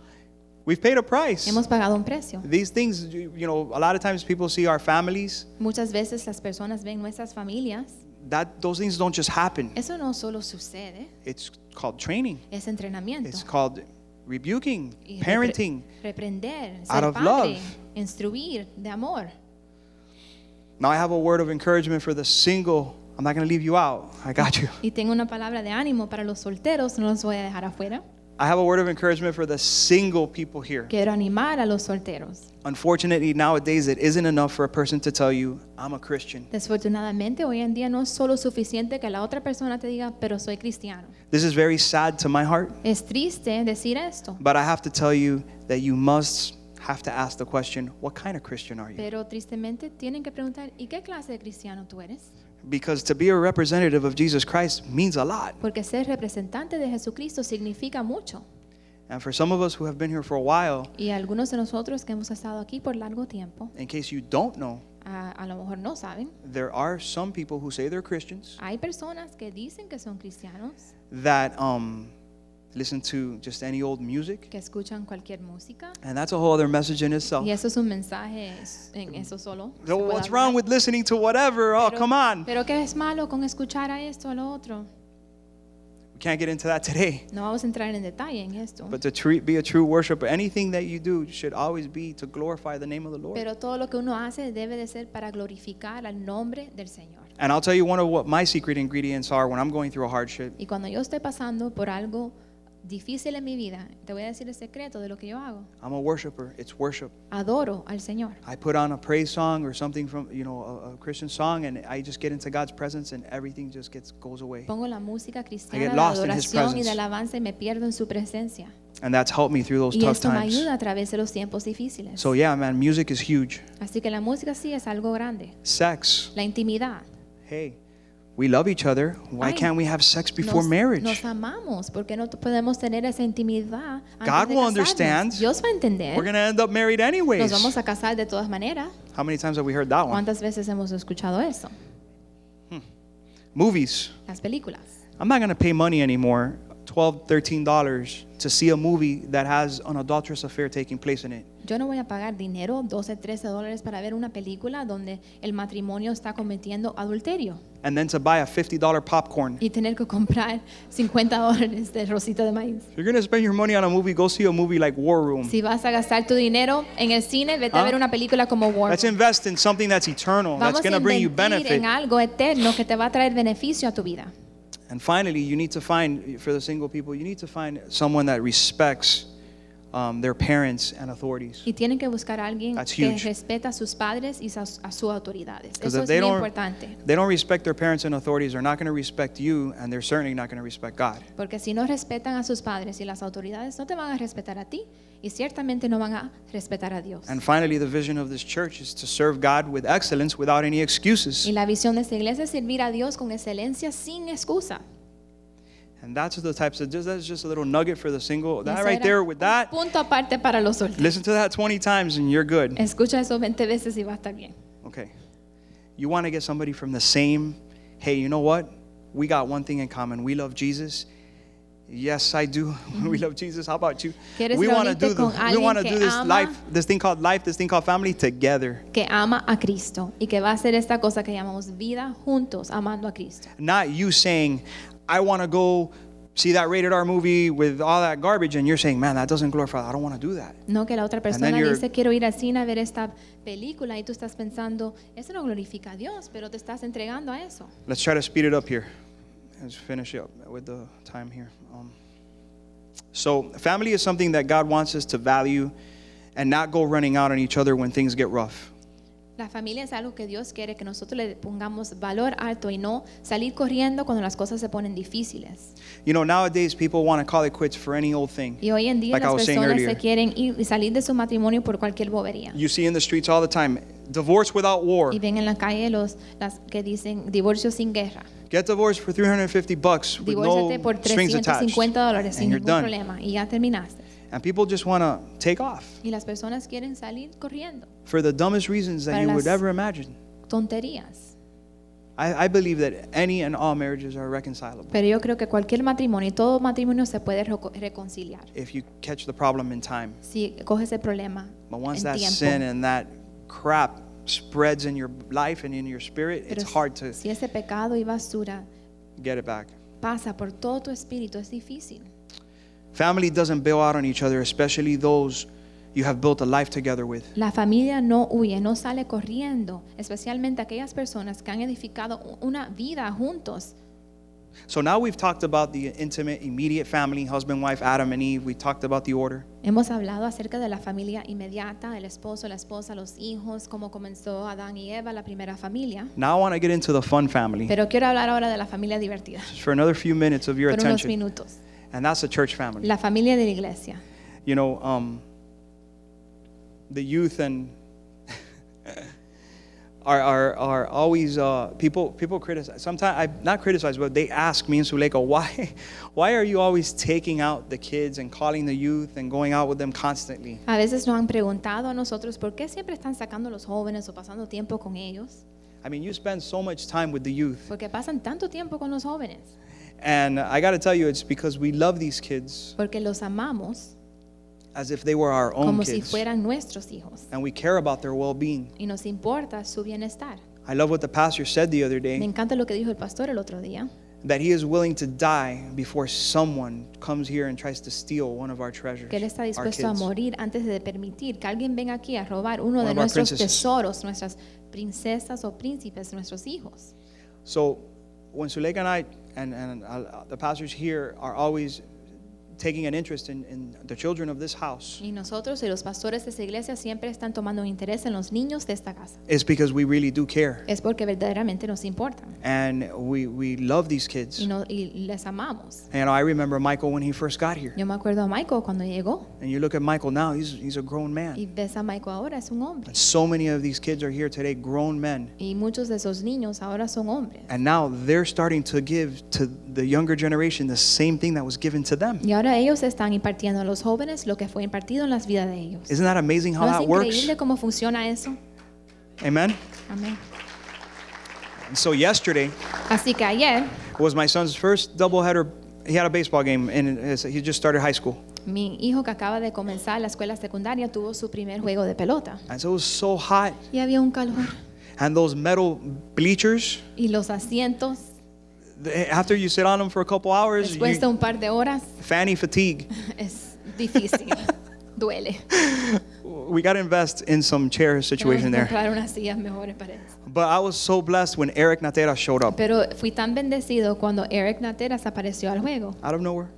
Speaker 1: we've paid a price.
Speaker 2: hemos pagado un precio.
Speaker 1: These things, you you know, a lot of times people see our families.
Speaker 2: Muchas veces las personas ven nuestras familias.
Speaker 1: That those things don't just happen.
Speaker 2: Eso no solo sucede,
Speaker 1: It's called training.
Speaker 2: es entrenamiento.
Speaker 1: It's called rebuking,
Speaker 2: y repre-
Speaker 1: parenting.
Speaker 2: reprender, ser
Speaker 1: out of
Speaker 2: padre,
Speaker 1: love.
Speaker 2: instruir de amor.
Speaker 1: Now I have a word of encouragement for the single. I'm not going to leave you out. I got you.
Speaker 2: Y tengo una palabra de ánimo para los solteros, no los voy a dejar afuera.
Speaker 1: I have a word of encouragement for the single people here.
Speaker 2: Quiero animar a los solteros.
Speaker 1: Unfortunately, nowadays it isn't enough for a person to tell you, "I'm a Christian."
Speaker 2: Desafortunadamente, hoy en día no es solo suficiente que la otra persona te diga, pero soy cristiano.
Speaker 1: This is very sad to my heart,
Speaker 2: Es triste decir esto,
Speaker 1: but I have to tell you that you must have to ask the question, "What kind of Christian are you?"
Speaker 2: pero tristemente tienen que preguntar, ¿y qué clase de cristiano tú eres?
Speaker 1: Because to be a representative of Jesus Christ means a lot.
Speaker 2: Porque ser representante de Jesucristo significa mucho.
Speaker 1: And for some of us who have been here for a while,
Speaker 2: Y algunos de nosotros que hemos estado aquí por largo tiempo,
Speaker 1: in case you don't know,
Speaker 2: a- a lo mejor no saben,
Speaker 1: there are some people who say they're Christians
Speaker 2: Hay personas que dicen que son cristianos
Speaker 1: that um, listen to just any old music.
Speaker 2: que escuchan cualquier música.
Speaker 1: And that's a whole other message in itself.
Speaker 2: Y eso es un mensaje es- en eso solo. se
Speaker 1: So
Speaker 2: puede
Speaker 1: what's
Speaker 2: hablar.
Speaker 1: wrong with listening to whatever? Oh,
Speaker 2: Pero-
Speaker 1: come on.
Speaker 2: Pero qué es malo con escuchar a esto o a lo otro.
Speaker 1: We can't get into that today.
Speaker 2: No vamos a entrar en detalle en esto.
Speaker 1: But to tre- be a true worshiper, anything that you do should always be to glorify the name of the Lord.
Speaker 2: Pero todo lo que uno hace debe de ser para glorificar al nombre del Señor.
Speaker 1: and I'll tell you one of what my secret ingredients are when I'm going through a hardship.
Speaker 2: Y cuando yo estoy pasando por algo difícil en mi vida, te voy a decir el secreto de lo que yo hago.
Speaker 1: I'm a worshiper. It's worship.
Speaker 2: Adoro al Señor.
Speaker 1: I put on a praise song or something from, you know, a, a Christian song, and I just get into God's presence, and everything just gets goes away.
Speaker 2: Pongo la música
Speaker 1: I
Speaker 2: cristiana,
Speaker 1: get
Speaker 2: la
Speaker 1: lost in His
Speaker 2: adoración y
Speaker 1: presence.
Speaker 2: la alabanza y me pierdo en su presencia.
Speaker 1: And that's helped me through those
Speaker 2: Y
Speaker 1: tough
Speaker 2: esto me
Speaker 1: times.
Speaker 2: ayuda a través de los tiempos difíciles.
Speaker 1: So yeah, man, music is huge.
Speaker 2: Así que la música sí es algo grande.
Speaker 1: Sex.
Speaker 2: La intimidad.
Speaker 1: Hey, we love each other. Why
Speaker 2: Ay,
Speaker 1: can't we have sex before
Speaker 2: nos,
Speaker 1: marriage?
Speaker 2: nos amamos porque no t- podemos tener esa intimidad.
Speaker 1: God
Speaker 2: antes de
Speaker 1: will
Speaker 2: casarnos.
Speaker 1: understand.
Speaker 2: Dios va a
Speaker 1: We're
Speaker 2: entender.
Speaker 1: gonna end up married anyways.
Speaker 2: Nos vamos a casar de todas maneras.
Speaker 1: How many times have we heard that one?
Speaker 2: ¿Cuántas veces hemos escuchado eso?
Speaker 1: Movies.
Speaker 2: Las películas.
Speaker 1: I'm not gonna pay money anymore, 12 dollars, to see a movie that has an adulterous affair taking place in it.
Speaker 2: Yo no voy a pagar dinero, 12, 13 dólares, para ver una película donde el matrimonio está cometiendo adulterio
Speaker 1: And then to buy a $50 popcorn.
Speaker 2: y tener que comprar 50 dólares de rosita de maíz.
Speaker 1: If you're gonna spend your money on a movie, go see a movie like War Room.
Speaker 2: Si vas a gastar tu dinero en el cine, vete
Speaker 1: Ah.
Speaker 2: a ver una película como War.
Speaker 1: Let's invest in something that's eternal,
Speaker 2: Vamos
Speaker 1: that's gonna
Speaker 2: a
Speaker 1: bring you
Speaker 2: invertir
Speaker 1: benefit.
Speaker 2: en algo eterno que te va a traer beneficio a tu vida.
Speaker 1: And finally, you need to find, for the single people, you need to find someone that respects um, their parents and authorities.
Speaker 2: Y tienen que buscar a alguien
Speaker 1: That's
Speaker 2: que
Speaker 1: huge.
Speaker 2: respeta a sus padres y a, sus- a sus autoridades.
Speaker 1: Because
Speaker 2: Eso
Speaker 1: if
Speaker 2: es
Speaker 1: they
Speaker 2: muy
Speaker 1: don't,
Speaker 2: importante.
Speaker 1: they don't respect their parents and authorities, they're not going to respect you, and they're certainly not going to respect God.
Speaker 2: Porque si no respetan a sus padres y las autoridades, no te van a respetar a ti y ciertamente no van a respetar a Dios.
Speaker 1: And finally, the vision of this church is to serve God with excellence without any
Speaker 2: Y
Speaker 1: excuses.
Speaker 2: la visión de esta iglesia es servir a Dios con excelencia sin excusa.
Speaker 1: And that's the types of just that's just a little nugget for the single.
Speaker 2: Y
Speaker 1: That
Speaker 2: eso
Speaker 1: right
Speaker 2: era
Speaker 1: there with
Speaker 2: un
Speaker 1: that.
Speaker 2: Punto aparte para los solteros.
Speaker 1: Listen to that 20 times and you're good.
Speaker 2: Escucha eso 20 veces y va a estar bien.
Speaker 1: Okay. You want to get somebody from the same, hey, you know what? We got one thing in common. We love Jesus. Yes, I do. (laughs) we love Jesus. How about you?
Speaker 2: ¿Quieres
Speaker 1: we want to
Speaker 2: reunirte
Speaker 1: do the,
Speaker 2: con
Speaker 1: we
Speaker 2: alguien
Speaker 1: want to
Speaker 2: que
Speaker 1: do this
Speaker 2: ama?
Speaker 1: life, this thing called life, this thing called family together.
Speaker 2: Que ama a Cristo y que va a hacer esta cosa que llamamos vida juntos, amando a Cristo.
Speaker 1: Not you saying, I want to go see that rated R movie with all that garbage, and you're saying, man, that doesn't glorify. I don't want to do that.
Speaker 2: No que la otra persona
Speaker 1: you're-
Speaker 2: dice quiero ir al cine a ver esta película y tú estás pensando, eso no glorifica a Dios, pero te estás entregando a eso.
Speaker 1: Let's try to speed it up here. Let's finish up with the time here. Um, so, family is something that God wants us to value and not go running out on each other when things get rough.
Speaker 2: La familia es algo que Dios quiere que nosotros le pongamos valor alto y no salir corriendo cuando las cosas se ponen difíciles.
Speaker 1: You know, nowadays people want to call it quits for any old thing.
Speaker 2: Y hoy en día
Speaker 1: Like I
Speaker 2: las
Speaker 1: was saying
Speaker 2: personas
Speaker 1: earlier.
Speaker 2: se quieren ir y salir de su matrimonio por cualquier bobería.
Speaker 1: You see in the streets all the time divorce without war.
Speaker 2: Y ven en la calle los las que dicen divorcio sin guerra.
Speaker 1: Get divorced for 350 bucks with
Speaker 2: Divórciate
Speaker 1: no
Speaker 2: por
Speaker 1: strings attached.
Speaker 2: 350 dólares
Speaker 1: and
Speaker 2: sin
Speaker 1: you're
Speaker 2: ningún
Speaker 1: done.
Speaker 2: problema y ya terminaste.
Speaker 1: And people just want to take off
Speaker 2: Y las personas quieren salir corriendo.
Speaker 1: for the dumbest reasons that
Speaker 2: Para
Speaker 1: you
Speaker 2: las-
Speaker 1: would ever imagine.
Speaker 2: Tonterías.
Speaker 1: I, I believe that any and all marriages are reconcilable.
Speaker 2: Pero yo creo que cualquier matrimonio y todo matrimonio se puede reco- reconciliar
Speaker 1: if you catch the problem in time.
Speaker 2: si coges el problema
Speaker 1: But once
Speaker 2: en
Speaker 1: that
Speaker 2: tiempo.
Speaker 1: sin and that crap spreads in your life and in your spirit,
Speaker 2: Pero
Speaker 1: it's hard to
Speaker 2: si ese pecado y basura
Speaker 1: get it back.
Speaker 2: pasa por todo tu espíritu, es difícil.
Speaker 1: Family doesn't bail out on each other, especially those you have built a life together with.
Speaker 2: La familia no huye, no sale corriendo, especialmente aquellas personas que han edificado u- una vida juntos.
Speaker 1: So now we've talked about the intimate, immediate family, husband, wife, Adam and Eve. We talked about the order.
Speaker 2: Hemos hablado acerca de la familia inmediata, el esposo, la esposa, los hijos, cómo comenzó Adán y Eva, la primera familia.
Speaker 1: Now I want to get into the fun family
Speaker 2: Pero quiero hablar ahora de la familia divertida,
Speaker 1: just for another few minutes of your
Speaker 2: por unos
Speaker 1: attention.
Speaker 2: minutos.
Speaker 1: And that's the church family.
Speaker 2: La familia de la iglesia.
Speaker 1: you know, um, the youth and (laughs) are, are, are always uh, people people criticize. Sometimes I not criticize, but they ask me and Suleka, (laughs) why why are you always taking out the kids and calling the youth and going out with them constantly?
Speaker 2: A veces nos han preguntado a nosotros por qué siempre están sacando a los jóvenes o pasando tiempo con ellos,
Speaker 1: I mean, you spend so much time with the youth,
Speaker 2: porque pasan tanto tiempo con los jóvenes.
Speaker 1: And I got to tell you, it's because we love these kids
Speaker 2: porque los amamos
Speaker 1: as if they were our own
Speaker 2: como si
Speaker 1: kids.
Speaker 2: fueran nuestros hijos
Speaker 1: and we care about their well being.
Speaker 2: y nos importa su bienestar.
Speaker 1: I love what the pastor said the other
Speaker 2: Me
Speaker 1: day
Speaker 2: encanta lo que dijo el pastor el otro día,
Speaker 1: that he is willing to die before someone comes here and tries to steal one of our treasures.
Speaker 2: que él está
Speaker 1: our
Speaker 2: dispuesto a
Speaker 1: kids.
Speaker 2: morir antes de permitir que alguien venga aquí a robar uno
Speaker 1: One
Speaker 2: de
Speaker 1: of our
Speaker 2: nuestros
Speaker 1: princesses.
Speaker 2: tesoros, nuestras princesas o príncipes, nuestros hijos.
Speaker 1: So when Suleika and I and, and uh, the pastors here are always taking an interest in, in the children of this house,
Speaker 2: Y nosotros y los pastores de esa iglesia siempre están tomando interés en los niños de esta casa.
Speaker 1: it's because we really do care.
Speaker 2: Es porque verdaderamente nos importan
Speaker 1: And we, we love these kids.
Speaker 2: y, no- y les amamos.
Speaker 1: And I remember Michael when he first got here.
Speaker 2: Yo me acuerdo a Michael cuando llegó
Speaker 1: And you look at Michael now, he's, he's a grown
Speaker 2: y
Speaker 1: man.
Speaker 2: ves a Michael ahora, es un hombre.
Speaker 1: And so many of these kids are here today, grown men.
Speaker 2: Y muchos de esos niños ahora son hombres.
Speaker 1: And now they're starting to give to the younger generation the same thing that was given to them.
Speaker 2: Y ahora ellos están impartiendo a los jóvenes lo que fue impartido en las vidas de ellos.
Speaker 1: Isn't that amazing how
Speaker 2: ¿No es
Speaker 1: that works?
Speaker 2: increíble cómo funciona eso?
Speaker 1: Amen.
Speaker 2: Amén.
Speaker 1: And so yesterday,
Speaker 2: Así que ayer
Speaker 1: was my son's first doubleheader. He had a baseball game, and his- he just started high school,
Speaker 2: mi hijo que acaba de comenzar la escuela secundaria tuvo su primer juego de pelota
Speaker 1: and so it was so hot,
Speaker 2: y había un calor
Speaker 1: and those metal bleachers.
Speaker 2: y los asientos
Speaker 1: th- After you sit on them for a couple hours,
Speaker 2: después de
Speaker 1: you,
Speaker 2: un par de horas (laughs)
Speaker 1: fanny fatigue.
Speaker 2: es
Speaker 1: (laughs)
Speaker 2: difícil, duele.
Speaker 1: We got to invest in some chair
Speaker 2: Tenemos
Speaker 1: situation
Speaker 2: que
Speaker 1: there.
Speaker 2: comprar unas sillas mejores para eso.
Speaker 1: But I was so blessed when Eric Natera showed up
Speaker 2: Pero fui tan bendecido cuando Eric Nateras apareció al juego.
Speaker 1: out of nowhere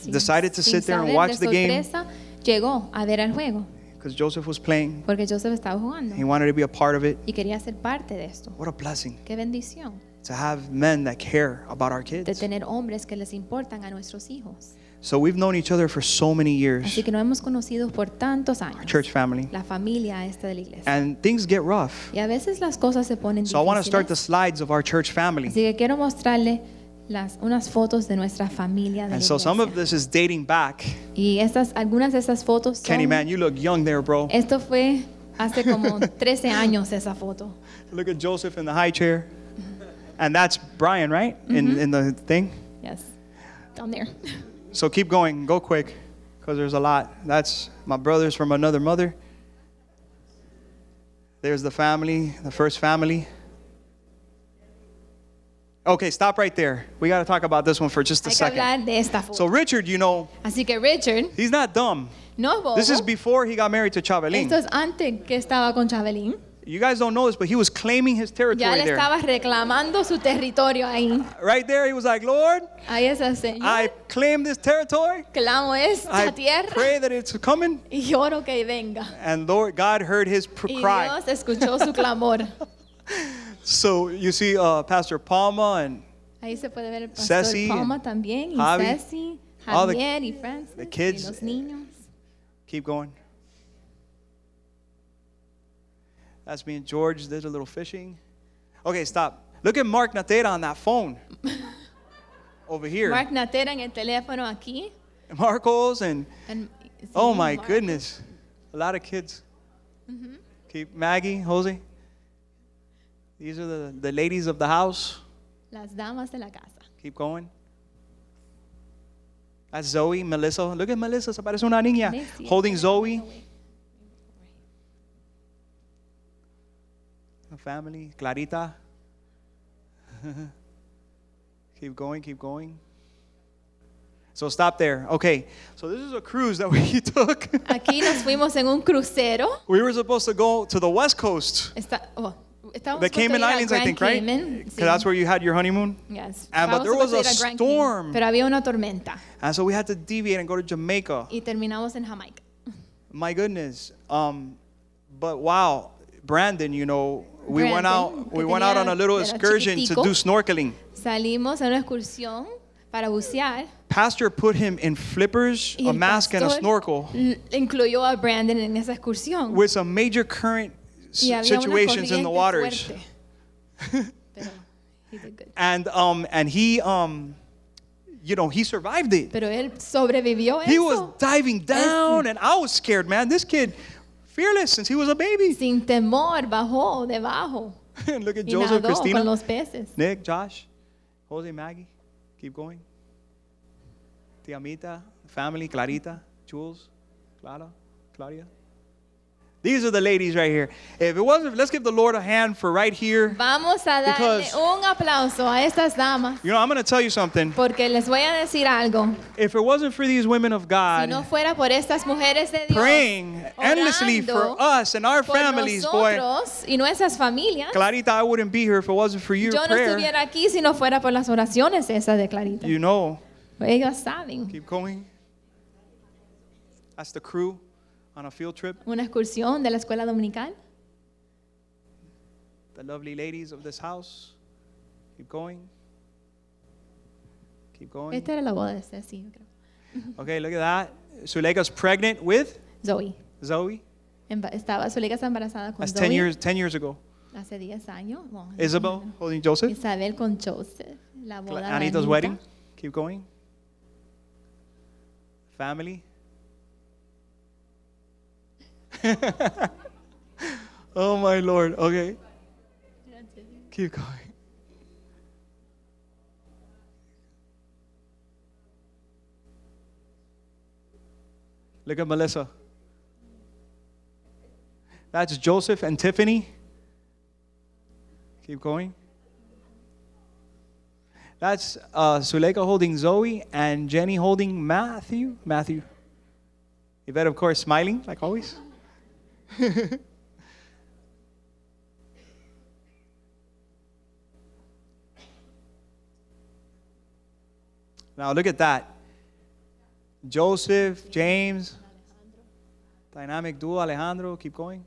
Speaker 2: Sin-
Speaker 1: Decided to
Speaker 2: sin
Speaker 1: sit there and
Speaker 2: saber,
Speaker 1: watch
Speaker 2: de
Speaker 1: the game.
Speaker 2: sorpresa, Llegó a ver el juego
Speaker 1: because Joseph was playing.
Speaker 2: porque Joseph estaba jugando
Speaker 1: He wanted to be a part of it.
Speaker 2: y quería ser parte de esto.
Speaker 1: What a blessing
Speaker 2: Qué bendición
Speaker 1: to have men that care about our
Speaker 2: de
Speaker 1: kids.
Speaker 2: tener hombres que les importan a nuestros hijos.
Speaker 1: So we've known each other for so many years,
Speaker 2: Así que nos hemos conocido por tantos años.
Speaker 1: church family,
Speaker 2: La familia esta de la iglesia.
Speaker 1: and things get rough.
Speaker 2: Y a veces las cosas se ponen
Speaker 1: So I want to start the
Speaker 2: difíciles.
Speaker 1: slides of our church family.
Speaker 2: Así que quiero mostrarle las, unas fotos de nuestra familia de la
Speaker 1: And so some of
Speaker 2: iglesia.
Speaker 1: this is dating back.
Speaker 2: Y estas, algunas de esas fotos son-
Speaker 1: Kenny, man, you look young there, bro.
Speaker 2: Esto fue hace
Speaker 1: (laughs)
Speaker 2: como 13 años esa foto.
Speaker 1: Look at Joseph in the high chair. And that's Brian, right? In, in the thing.
Speaker 2: Yes. Down there.
Speaker 1: So keep going. Go quick because there's a lot. That's my brothers from another mother. There's the family, the first family. Okay, stop right there. We got to talk about this one for just a
Speaker 2: Hay que
Speaker 1: second.
Speaker 2: hablar de esta
Speaker 1: So
Speaker 2: foto.
Speaker 1: Richard, you know,
Speaker 2: Así que Richard,
Speaker 1: he's not dumb.
Speaker 2: no es bobo.
Speaker 1: This is before he got married to Chavelin.
Speaker 2: Oh. Esto es antes que estaba con Chabelín.
Speaker 1: You guys don't know this, but he was claiming his
Speaker 2: Ya
Speaker 1: territory
Speaker 2: le
Speaker 1: there.
Speaker 2: estaba reclamando su territorio ahí.
Speaker 1: Right there, he was like, Lord,
Speaker 2: Ahí es el Señor.
Speaker 1: I claim this territory.
Speaker 2: Clamo esta
Speaker 1: I
Speaker 2: tierra
Speaker 1: pray that it's coming.
Speaker 2: y oro que venga.
Speaker 1: And Lord, God heard his pr-
Speaker 2: Y
Speaker 1: cry.
Speaker 2: Dios escuchó su clamor.
Speaker 1: So you see uh, Pastor Palma and
Speaker 2: Ahí se puede ver el pastor
Speaker 1: Ceci
Speaker 2: Palma
Speaker 1: and
Speaker 2: también, y
Speaker 1: Javi.
Speaker 2: Ceci,
Speaker 1: All the-
Speaker 2: Javier y Francis,
Speaker 1: the kids.
Speaker 2: y los niños.
Speaker 1: keep going. That's me and George did a little fishing. Okay, stop. Look at Mark Natera on that phone over here.
Speaker 2: Mark Natera en el teléfono aquí.
Speaker 1: Marcos and
Speaker 2: And- sí,
Speaker 1: Oh my
Speaker 2: Mark.
Speaker 1: goodness. A lot of kids. Keep Maggie, Jose. These are the, the ladies of the house.
Speaker 2: Las damas de la casa.
Speaker 1: Keep going. That's Zoe, Melissa. Look at Melissa. Se parece una niña.
Speaker 2: Messi.
Speaker 1: Holding Zoe. The family. Clarita. (laughs) keep going, keep going. So stop there. Okay. So this is a cruise that (laughs) we
Speaker 2: (laughs)
Speaker 1: took.
Speaker 2: Aquí nos fuimos en un crucero.
Speaker 1: we were supposed to go to the west coast.
Speaker 2: Está, oh, estábamos
Speaker 1: The
Speaker 2: supuestos a ir
Speaker 1: Cayman
Speaker 2: a
Speaker 1: Islands, I
Speaker 2: Grand
Speaker 1: think, right?
Speaker 2: Cayman,
Speaker 1: 'Cause
Speaker 2: sí.
Speaker 1: That's where you had your honeymoon.
Speaker 2: Yes.
Speaker 1: Ah, but
Speaker 2: Estábamos
Speaker 1: there was
Speaker 2: supuestos
Speaker 1: a
Speaker 2: a ir a Grand
Speaker 1: storm.
Speaker 2: Cayman, Pero había una tormenta
Speaker 1: And so we had to deviate and go to Jamaica.
Speaker 2: y terminamos en Jamaica.
Speaker 1: My goodness. Um, but wow, Brandon, you know, we went
Speaker 2: Brandon,
Speaker 1: out
Speaker 2: que
Speaker 1: we went out
Speaker 2: tenía-
Speaker 1: on a little
Speaker 2: era
Speaker 1: excursion to
Speaker 2: chiquitico.
Speaker 1: do snorkeling.
Speaker 2: Salimos a una excursión para bucear
Speaker 1: Pastor put him in flippers,
Speaker 2: y
Speaker 1: a
Speaker 2: el
Speaker 1: mask and a
Speaker 2: pastor
Speaker 1: snorkel
Speaker 2: l- incluyó a Brandon en esa excursión.
Speaker 1: with some major current s-
Speaker 2: y había una
Speaker 1: situations in the
Speaker 2: corriente
Speaker 1: waters.
Speaker 2: fuerte. Pero, he did good.
Speaker 1: And um and he um you know, he survived it.
Speaker 2: Pero él sobrevivió a
Speaker 1: He
Speaker 2: eso.
Speaker 1: was diving down and I was scared, man. This kid fearless since he was a baby. (laughs)
Speaker 2: Sin temor bajó debajo
Speaker 1: Look at
Speaker 2: y
Speaker 1: Joseph,
Speaker 2: nadó con
Speaker 1: Christina,
Speaker 2: los peces.
Speaker 1: Nick, Josh, Jose, Maggie. Keep going. Tia Mita, family, Clarita, Jules, Clara, Claria. These are the ladies right here. If it wasn't, let's give the Lord a hand for right here.
Speaker 2: Vamos a darle
Speaker 1: Because-
Speaker 2: un aplauso a estas damas
Speaker 1: You know, I'm going to tell you something.
Speaker 2: porque les voy a decir algo.
Speaker 1: If it wasn't for these women of
Speaker 2: Si
Speaker 1: God
Speaker 2: no fuera por estas mujeres de Dios
Speaker 1: praying endlessly
Speaker 2: orando
Speaker 1: for us and our
Speaker 2: por
Speaker 1: families, boy,
Speaker 2: nosotros y nuestras familias,
Speaker 1: Clarita, I wouldn't be here if it wasn't for your
Speaker 2: yo no
Speaker 1: prayer.
Speaker 2: estuviera aquí si no fuera por las oraciones esas de Clarita.
Speaker 1: You know,
Speaker 2: Ellas saben.
Speaker 1: keep going. That's the crew on a field trip.
Speaker 2: Una excursión de la escuela dominical.
Speaker 1: the lovely ladies of this house. Keep going. Keep going.
Speaker 2: Esta era la boda de Ceci, yo creo.
Speaker 1: Okay, look at that. Suleika's pregnant with
Speaker 2: Zoe.
Speaker 1: Zoe.
Speaker 2: Emba- Estaba, Zuleika está embarazada con
Speaker 1: That's
Speaker 2: Zoe
Speaker 1: 10 years 10 years ago.
Speaker 2: hace 10 años. Bueno,
Speaker 1: Isabel holding Joseph.
Speaker 2: Isabel con Joseph. La boda de
Speaker 1: Anita's
Speaker 2: Anita.
Speaker 1: wedding. Keep going. Family. (laughs) oh my lord. Okay. Keep going. Look at Melissa. That's Joseph and Tiffany. Keep going. That's uh, Suleika holding Zoe and Jenny holding Matthew. Matthew. Yvette, of course, smiling like always. (laughs) now look at that. Joseph, James, dynamic duo, Alejandro. Keep going.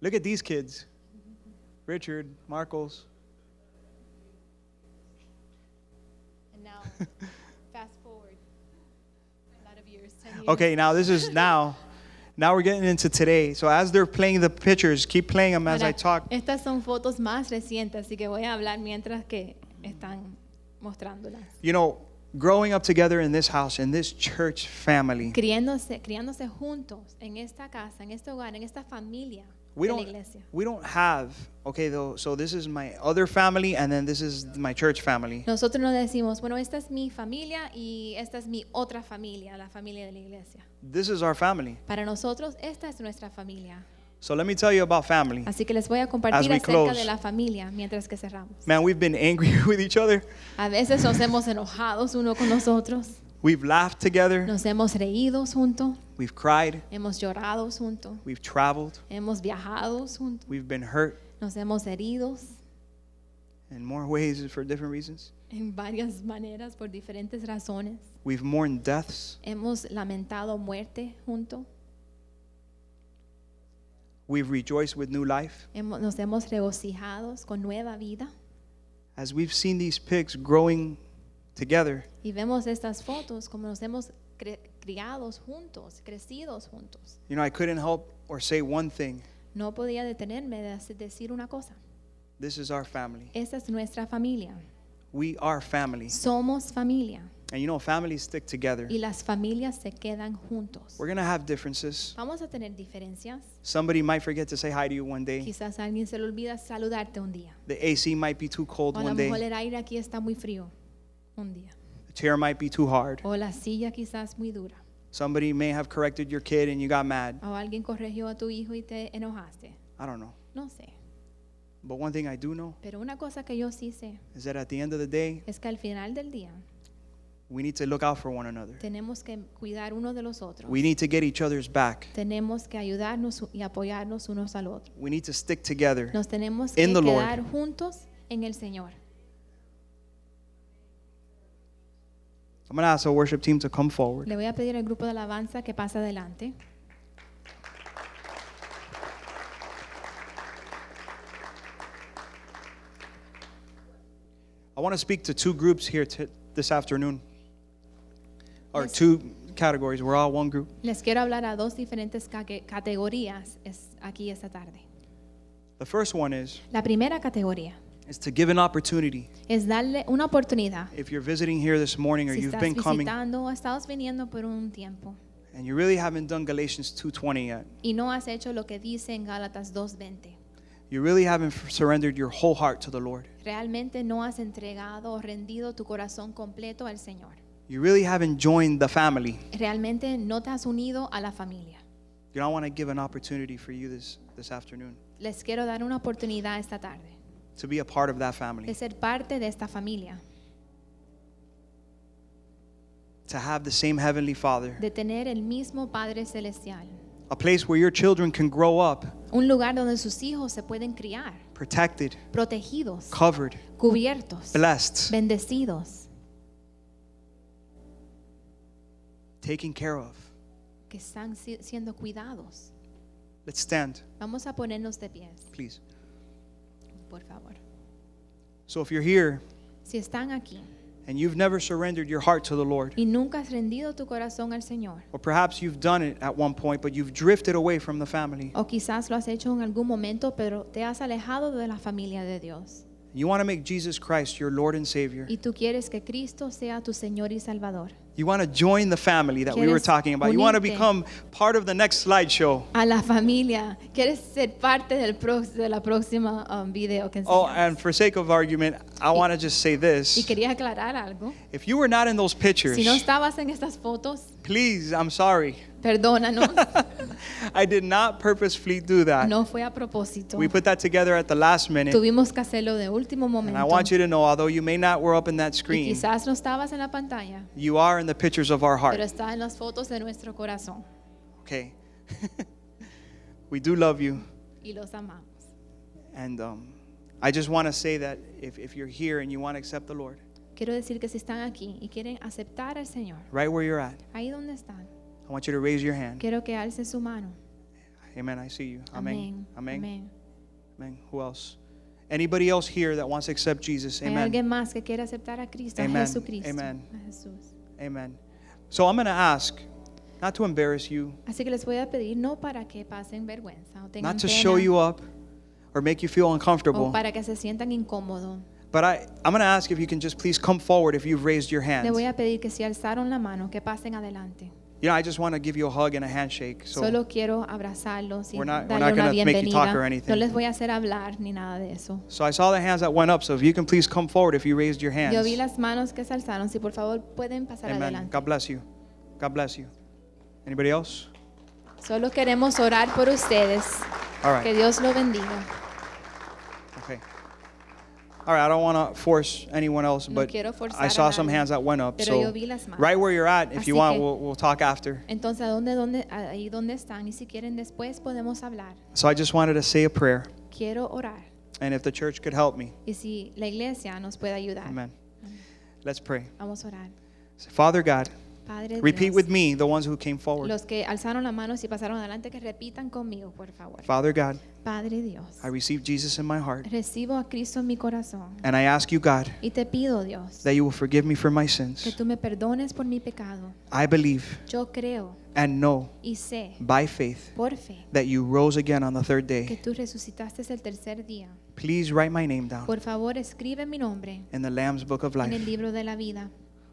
Speaker 1: Look at these kids Richard, Marcos.
Speaker 2: (laughs) And now, fast forward, a lot of years, 10 years.
Speaker 1: Okay, now this
Speaker 2: (laughs)
Speaker 1: is now. Now we're getting into today. So as they're playing the pictures, keep playing them as
Speaker 2: Ahora, eh,
Speaker 1: I talk.
Speaker 2: Estas son fotos más recientes, así que voy a hablar mientras que están mostrándolas.
Speaker 1: You know, growing up together in this house, in this church family,
Speaker 2: Criándose, criándose juntos en esta casa, en este hogar, en esta familia
Speaker 1: we
Speaker 2: de la
Speaker 1: don't
Speaker 2: iglesia.
Speaker 1: we don't have okay though. So this is my other family, and then this is my church family.
Speaker 2: Nosotros nos decimos, bueno, esta es mi familia y esta es mi otra familia, la familia de la iglesia.
Speaker 1: This is our family.
Speaker 2: Para nosotros, esta es nuestra familia.
Speaker 1: So let me tell you about family.
Speaker 2: Así que les voy a
Speaker 1: As
Speaker 2: compartir
Speaker 1: we
Speaker 2: acerca
Speaker 1: close.
Speaker 2: de la familia mientras que cerramos.
Speaker 1: Man, we've been angry (laughs) with each other.
Speaker 2: A veces nos hemos enojados uno con nosotros,
Speaker 1: We've laughed together.
Speaker 2: nos hemos reído juntos,
Speaker 1: We've cried.
Speaker 2: hemos llorado juntos,
Speaker 1: We've traveled.
Speaker 2: hemos viajado juntos,
Speaker 1: We've been hurt
Speaker 2: nos hemos heridos
Speaker 1: in more (laughs) ways for different reasons.
Speaker 2: en varias maneras por diferentes razones.
Speaker 1: We've mourned deaths.
Speaker 2: Hemos lamentado muerte juntos,
Speaker 1: We've rejoiced with new life.
Speaker 2: hemos- nos hemos regocijado con nueva vida
Speaker 1: As we've seen these pigs growing together,
Speaker 2: y vemos estas fotos como nos hemos cre- criados juntos, crecidos juntos.
Speaker 1: you know, I couldn't help or say one thing.
Speaker 2: No podía detenerme de hace- decir una cosa.
Speaker 1: This is our family.
Speaker 2: Esta es nuestra familia.
Speaker 1: We are family.
Speaker 2: Somos familia.
Speaker 1: And you know, families stick together.
Speaker 2: y las familias se quedan juntos.
Speaker 1: We're going to have differences.
Speaker 2: Vamos a tener diferencias.
Speaker 1: Somebody might forget to say hi to you one day.
Speaker 2: Quizás a alguien se le olvida saludarte un día.
Speaker 1: The AC might be too cold
Speaker 2: O a lo
Speaker 1: one
Speaker 2: mejor
Speaker 1: day.
Speaker 2: el aire aquí está muy frío un día.
Speaker 1: The chair might be too hard.
Speaker 2: O la silla quizás muy dura.
Speaker 1: Somebody may have corrected your kid and you got mad.
Speaker 2: O alguien corrigió a tu hijo y te enojaste.
Speaker 1: I don't know.
Speaker 2: No sé.
Speaker 1: But one thing I do know
Speaker 2: Pero una cosa que yo sí sé
Speaker 1: is that at the end of the day,
Speaker 2: es que al final del día
Speaker 1: we need to look out for one another.
Speaker 2: tenemos que cuidar uno de los otros.
Speaker 1: We need to get each other's back.
Speaker 2: Tenemos que ayudarnos y apoyarnos unos al otro.
Speaker 1: We need to stick together.
Speaker 2: Nos tenemos que
Speaker 1: In the Lord.
Speaker 2: quedar juntos en el Señor.
Speaker 1: I'm going to ask our worship team to come forward.
Speaker 2: Le voy a pedir al grupo de alabanza que pase adelante.
Speaker 1: I want to speak to two groups here t- this afternoon, or
Speaker 2: Yes.
Speaker 1: two categories. We're all one group.
Speaker 2: Les quiero hablar a dos diferentes cate- categorías es- aquí esta tarde.
Speaker 1: The first one is
Speaker 2: La primera categoría
Speaker 1: is to give an opportunity.
Speaker 2: es darle una oportunidad.
Speaker 1: If you're visiting here this morning, or
Speaker 2: Si
Speaker 1: you've
Speaker 2: estás
Speaker 1: been coming,
Speaker 2: visitando o estás viniendo por un tiempo
Speaker 1: and you really haven't done Galatians 2:20 yet,
Speaker 2: y no has hecho lo que dice en Gálatas 2.20,
Speaker 1: you really haven't f- surrendered your whole heart to the Lord.
Speaker 2: Realmente no has entregado o rendido tu corazón completo al Señor.
Speaker 1: You really haven't joined the family.
Speaker 2: Realmente no te has unido a la familia.
Speaker 1: You know, I want to give an opportunity for you this, this afternoon
Speaker 2: Les quiero dar una oportunidad esta tarde
Speaker 1: to be a part of that
Speaker 2: de
Speaker 1: family,
Speaker 2: ser parte de esta familia,
Speaker 1: to have the same Heavenly Father,
Speaker 2: de tener el mismo Padre Celestial,
Speaker 1: a place where your children can grow up
Speaker 2: un lugar donde sus hijos se pueden criar,
Speaker 1: protected,
Speaker 2: protegidos,
Speaker 1: covered,
Speaker 2: cubiertos,
Speaker 1: blessed,
Speaker 2: bendecidos,
Speaker 1: taken care of.
Speaker 2: que están si- siendo cuidados.
Speaker 1: Let's stand,
Speaker 2: Vamos a ponernos de pies,
Speaker 1: please.
Speaker 2: por favor.
Speaker 1: So if you're here
Speaker 2: Si están aquí
Speaker 1: and you've never surrendered your heart to the Lord,
Speaker 2: y nunca has rendido tu corazón al Señor,
Speaker 1: or perhaps you've done it at one point, but you've drifted away from the family,
Speaker 2: o quizás lo has hecho en algún momento, pero te has alejado de la familia de Dios,
Speaker 1: you want to make Jesus Christ your Lord and Savior,
Speaker 2: y tú quieres que Cristo sea tu Señor y Salvador.
Speaker 1: you want to join the family that we were
Speaker 2: Quieres
Speaker 1: talking about, you want to
Speaker 2: unirte.
Speaker 1: become part of the next slideshow.
Speaker 2: a la familia. ¿Quieres ser parte del prox- de la próxima um, video que
Speaker 1: Oh,
Speaker 2: enseñamos?
Speaker 1: and for sake of argument, I want to just say
Speaker 2: Y
Speaker 1: this.
Speaker 2: quería aclarar algo.
Speaker 1: If you were not in those pictures,
Speaker 2: Si no estabas en estas fotos,
Speaker 1: please, I'm sorry. (laughs)
Speaker 2: perdónanos.
Speaker 1: I did not purposefully do that.
Speaker 2: No fue a propósito.
Speaker 1: Ah. We put that together at the last minute.
Speaker 2: Tuvimos que hacerlo de último
Speaker 1: And
Speaker 2: momento.
Speaker 1: I want you to know, although you may not were up in that
Speaker 2: y
Speaker 1: screen,
Speaker 2: quizás no estabas en la pantalla,
Speaker 1: you are in the pictures of our
Speaker 2: pero
Speaker 1: heart.
Speaker 2: está en las fotos de nuestro corazón
Speaker 1: Okay. (laughs) we do love you.
Speaker 2: y los amamos.
Speaker 1: And um, I just want to say that if, if you're here and you want to accept the Lord,
Speaker 2: Quiero decir que si están aquí y quieren aceptar al Señor,
Speaker 1: right where you're at,
Speaker 2: ahí donde están,
Speaker 1: I want you to raise your hand.
Speaker 2: quiero que alce su mano.
Speaker 1: Amen. I see you. Amen.
Speaker 2: Amén. Amén.
Speaker 1: Amen. Who else? Anybody else here that wants to accept Jesus?
Speaker 2: Hay
Speaker 1: Amen.
Speaker 2: alguien más que quiere aceptar a Cristo,
Speaker 1: Amen.
Speaker 2: a Jesucristo,
Speaker 1: Amen.
Speaker 2: a Jesús.
Speaker 1: Amen. So I'm going to ask, not to embarrass you,
Speaker 2: Así que les voy a pedir no para que pasen vergüenza o tengan
Speaker 1: not to
Speaker 2: pena
Speaker 1: show you up or make you feel
Speaker 2: o
Speaker 1: uncomfortable,
Speaker 2: para que se sientan incómodos.
Speaker 1: but I, I'm going to ask if you can just please come forward if you've raised your hand.
Speaker 2: Le voy a pedir que si alzaron la mano, que pasen adelante.
Speaker 1: You know, I just want to give you a hug and a handshake. So,
Speaker 2: Solo quiero abrazarlos y
Speaker 1: We're not- we're
Speaker 2: darle
Speaker 1: not
Speaker 2: una
Speaker 1: gonna make you talk
Speaker 2: bienvenida.
Speaker 1: or anything.
Speaker 2: No les voy a hacer hablar ni nada de eso.
Speaker 1: so I saw the hands that went up. So if you can please come forward if you raised your
Speaker 2: Yo vi
Speaker 1: hands.
Speaker 2: las manos que se alzaron. Si por favor pueden pasar
Speaker 1: Amen.
Speaker 2: adelante.
Speaker 1: God bless you. God bless you. Anybody else?
Speaker 2: Solo queremos orar por ustedes.
Speaker 1: All
Speaker 2: Que
Speaker 1: right.
Speaker 2: Dios lo bendiga.
Speaker 1: Okay. All right. I don't want to force anyone else,
Speaker 2: No
Speaker 1: but
Speaker 2: quiero forzar
Speaker 1: I
Speaker 2: a
Speaker 1: saw some
Speaker 2: nadie.
Speaker 1: hands that went up.
Speaker 2: Pero
Speaker 1: So
Speaker 2: yo vi las manos.
Speaker 1: right where you're at, if you
Speaker 2: Así
Speaker 1: want,
Speaker 2: que-
Speaker 1: we'll, we'll talk after.
Speaker 2: Entonces, ¿a dónde, dónde, ahí donde están? Y si quieren, después podemos hablar.
Speaker 1: So I just wanted to say a prayer,
Speaker 2: Quiero orar.
Speaker 1: and if the church could help me,
Speaker 2: Y si la iglesia nos puede ayudar.
Speaker 1: amen. Let's pray.
Speaker 2: Vamos a orar.
Speaker 1: Say, Father God,
Speaker 2: Padre
Speaker 1: repeat
Speaker 2: Dios,
Speaker 1: with me the ones who came forward.
Speaker 2: los que alzaron las manos y pasaron adelante, que repitan conmigo, por favor.
Speaker 1: Father God,
Speaker 2: Padre Dios,
Speaker 1: I receive Jesus in my heart,
Speaker 2: recibo a Cristo en mi corazón
Speaker 1: and I ask you, God,
Speaker 2: y te pido, Dios,
Speaker 1: that you will forgive me for my
Speaker 2: que
Speaker 1: sins.
Speaker 2: tú me perdones por mi pecado.
Speaker 1: I believe
Speaker 2: Yo creo
Speaker 1: and know
Speaker 2: y sé
Speaker 1: by faith
Speaker 2: por fe
Speaker 1: that you rose again on the third
Speaker 2: que
Speaker 1: day.
Speaker 2: tú resucitaste el tercer día.
Speaker 1: Please write my name down
Speaker 2: Por favor, escribe mi nombre
Speaker 1: in the Lamb's Book of
Speaker 2: en el
Speaker 1: Life.
Speaker 2: libro de la vida.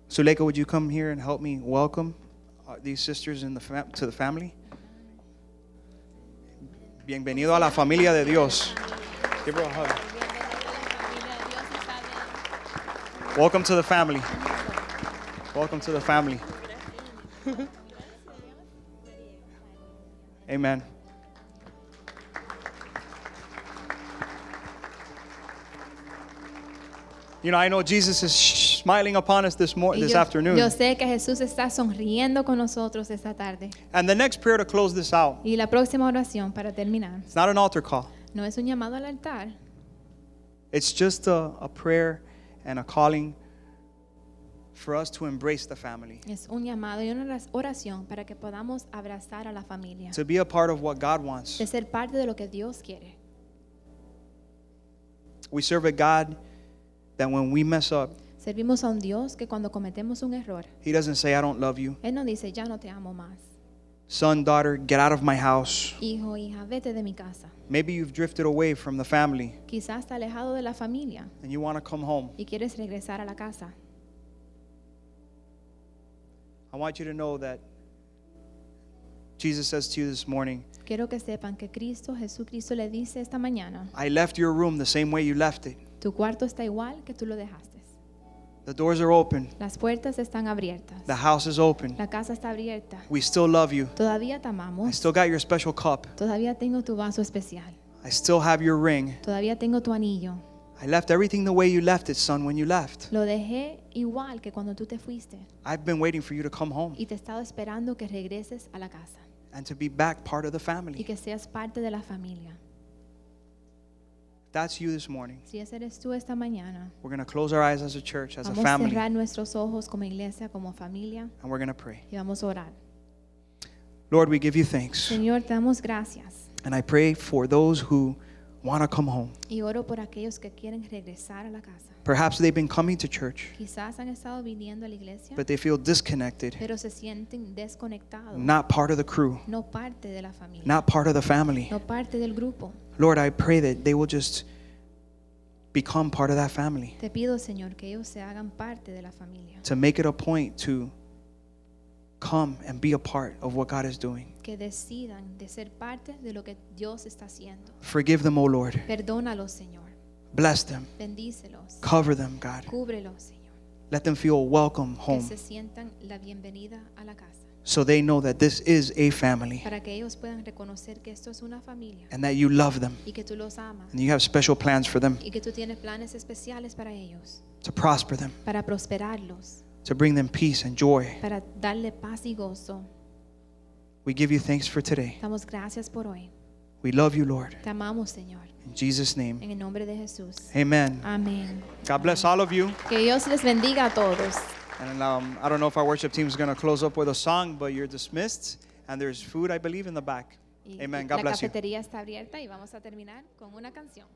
Speaker 1: Suleika, would you come here and help me welcome uh, these sisters in the fam- to the family? Bienvenido a la familia de Dios. Give her a hug. Welcome to the family. Welcome to the family. Amen. You know, I know Jesus is smiling upon us this mor-
Speaker 2: Y
Speaker 1: this
Speaker 2: yo,
Speaker 1: afternoon.
Speaker 2: yo sé que Jesús está sonriendo con nosotros esta tarde.
Speaker 1: And the next prayer to close this out,
Speaker 2: Y la próxima oración, para terminar,
Speaker 1: it's not an altar call.
Speaker 2: no es un llamado al altar,
Speaker 1: It's just a, a prayer and a calling for us to embrace the family,
Speaker 2: Es un llamado y una oras- oración para que podamos abrazar a la familia,
Speaker 1: to be a part of what God wants.
Speaker 2: de ser parte de lo que Dios quiere.
Speaker 1: We serve a God that when we mess up,
Speaker 2: Servimos a un Dios que cuando cometemos un error,
Speaker 1: He doesn't say, I don't love you.
Speaker 2: Él nos dice, ya no te amo más.
Speaker 1: Son, daughter, get out of my house.
Speaker 2: Hijo, hija, vete de mi casa.
Speaker 1: Maybe you've drifted away from the family
Speaker 2: Quizás está alejado de la familia
Speaker 1: and you want to come home.
Speaker 2: y quieres regresar a la casa.
Speaker 1: I want you to know that Jesus says to you this morning,
Speaker 2: Quiero que sepan que Cristo, Jesucristo le dice esta mañana,
Speaker 1: I left your room the same way you left it.
Speaker 2: tu cuarto está igual que tú lo dejaste.
Speaker 1: The doors are open.
Speaker 2: Las puertas están abiertas.
Speaker 1: The house is open.
Speaker 2: La casa está abierta.
Speaker 1: We still love you.
Speaker 2: Todavía te
Speaker 1: I
Speaker 2: amamos.
Speaker 1: still got your special cup.
Speaker 2: Todavía tengo tu vaso especial.
Speaker 1: I still have your ring.
Speaker 2: Todavía tengo tu anillo.
Speaker 1: I left everything the way you left it, son, when you left.
Speaker 2: Lo dejé igual que cuando tú te fuiste
Speaker 1: I've been waiting for you to come home
Speaker 2: y te he estado esperando que regreses a la casa
Speaker 1: and to be back part of the
Speaker 2: y
Speaker 1: family.
Speaker 2: que seas parte de la familia.
Speaker 1: If that's you this morning.
Speaker 2: Si ese eres tú esta mañana,
Speaker 1: We're going to close our eyes as a church, as a
Speaker 2: vamos a
Speaker 1: family,
Speaker 2: cerrar nuestros ojos como iglesia, como familia
Speaker 1: and we're going to pray.
Speaker 2: y vamos a orar.
Speaker 1: Lord, we give you thanks.
Speaker 2: Señor, te damos gracias
Speaker 1: And I pray for those who want to come home.
Speaker 2: y oro por aquellos que quieren regresar a la casa.
Speaker 1: Perhaps they've been coming to church,
Speaker 2: Quizás han estado viniendo a la iglesia,
Speaker 1: but they feel disconnected,
Speaker 2: pero se sienten desconectados,
Speaker 1: not part of the crew,
Speaker 2: no parte de la familia,
Speaker 1: not part of the family.
Speaker 2: no parte del grupo.
Speaker 1: Lord, I pray that they will just become part of that family,
Speaker 2: Te pido, Señor, que ellos se hagan parte de la familia,
Speaker 1: to make it a point to come and be a part of what God is doing.
Speaker 2: que decidan de ser parte de lo que Dios está haciendo.
Speaker 1: Forgive them, O Lord.
Speaker 2: Perdónalos, Señor.
Speaker 1: Bless them.
Speaker 2: Bendícelos.
Speaker 1: Cover them, God.
Speaker 2: Cúbrelos, Señor.
Speaker 1: Let them feel welcome
Speaker 2: Que
Speaker 1: home
Speaker 2: se sientan la bienvenida a la casa.
Speaker 1: so they know that this is a family
Speaker 2: Para que ellos puedan reconocer que esto es una familia
Speaker 1: and that you love them
Speaker 2: y que tú los amas
Speaker 1: and you have special plans for them
Speaker 2: y que tú tienes planes especiales para ellos,
Speaker 1: to prosper them,
Speaker 2: para prosperarlos,
Speaker 1: to bring them peace and joy.
Speaker 2: para darle paz y gozo.
Speaker 1: We give you thanks for today.
Speaker 2: Damos gracias por hoy.
Speaker 1: We love you, Lord.
Speaker 2: Te amamos, Señor.
Speaker 1: In Jesus' name,
Speaker 2: En el nombre de Jesús.
Speaker 1: amen.
Speaker 2: Amén.
Speaker 1: God bless all of you.
Speaker 2: Que Dios les bendiga a todos.
Speaker 1: And um, I don't know if our worship team is going to close up with a song, but you're dismissed. And there's food, I believe, in the back.
Speaker 2: Y
Speaker 1: Amen.
Speaker 2: la
Speaker 1: God bless you.
Speaker 2: cafetería está abierta y vamos a terminar con una canción.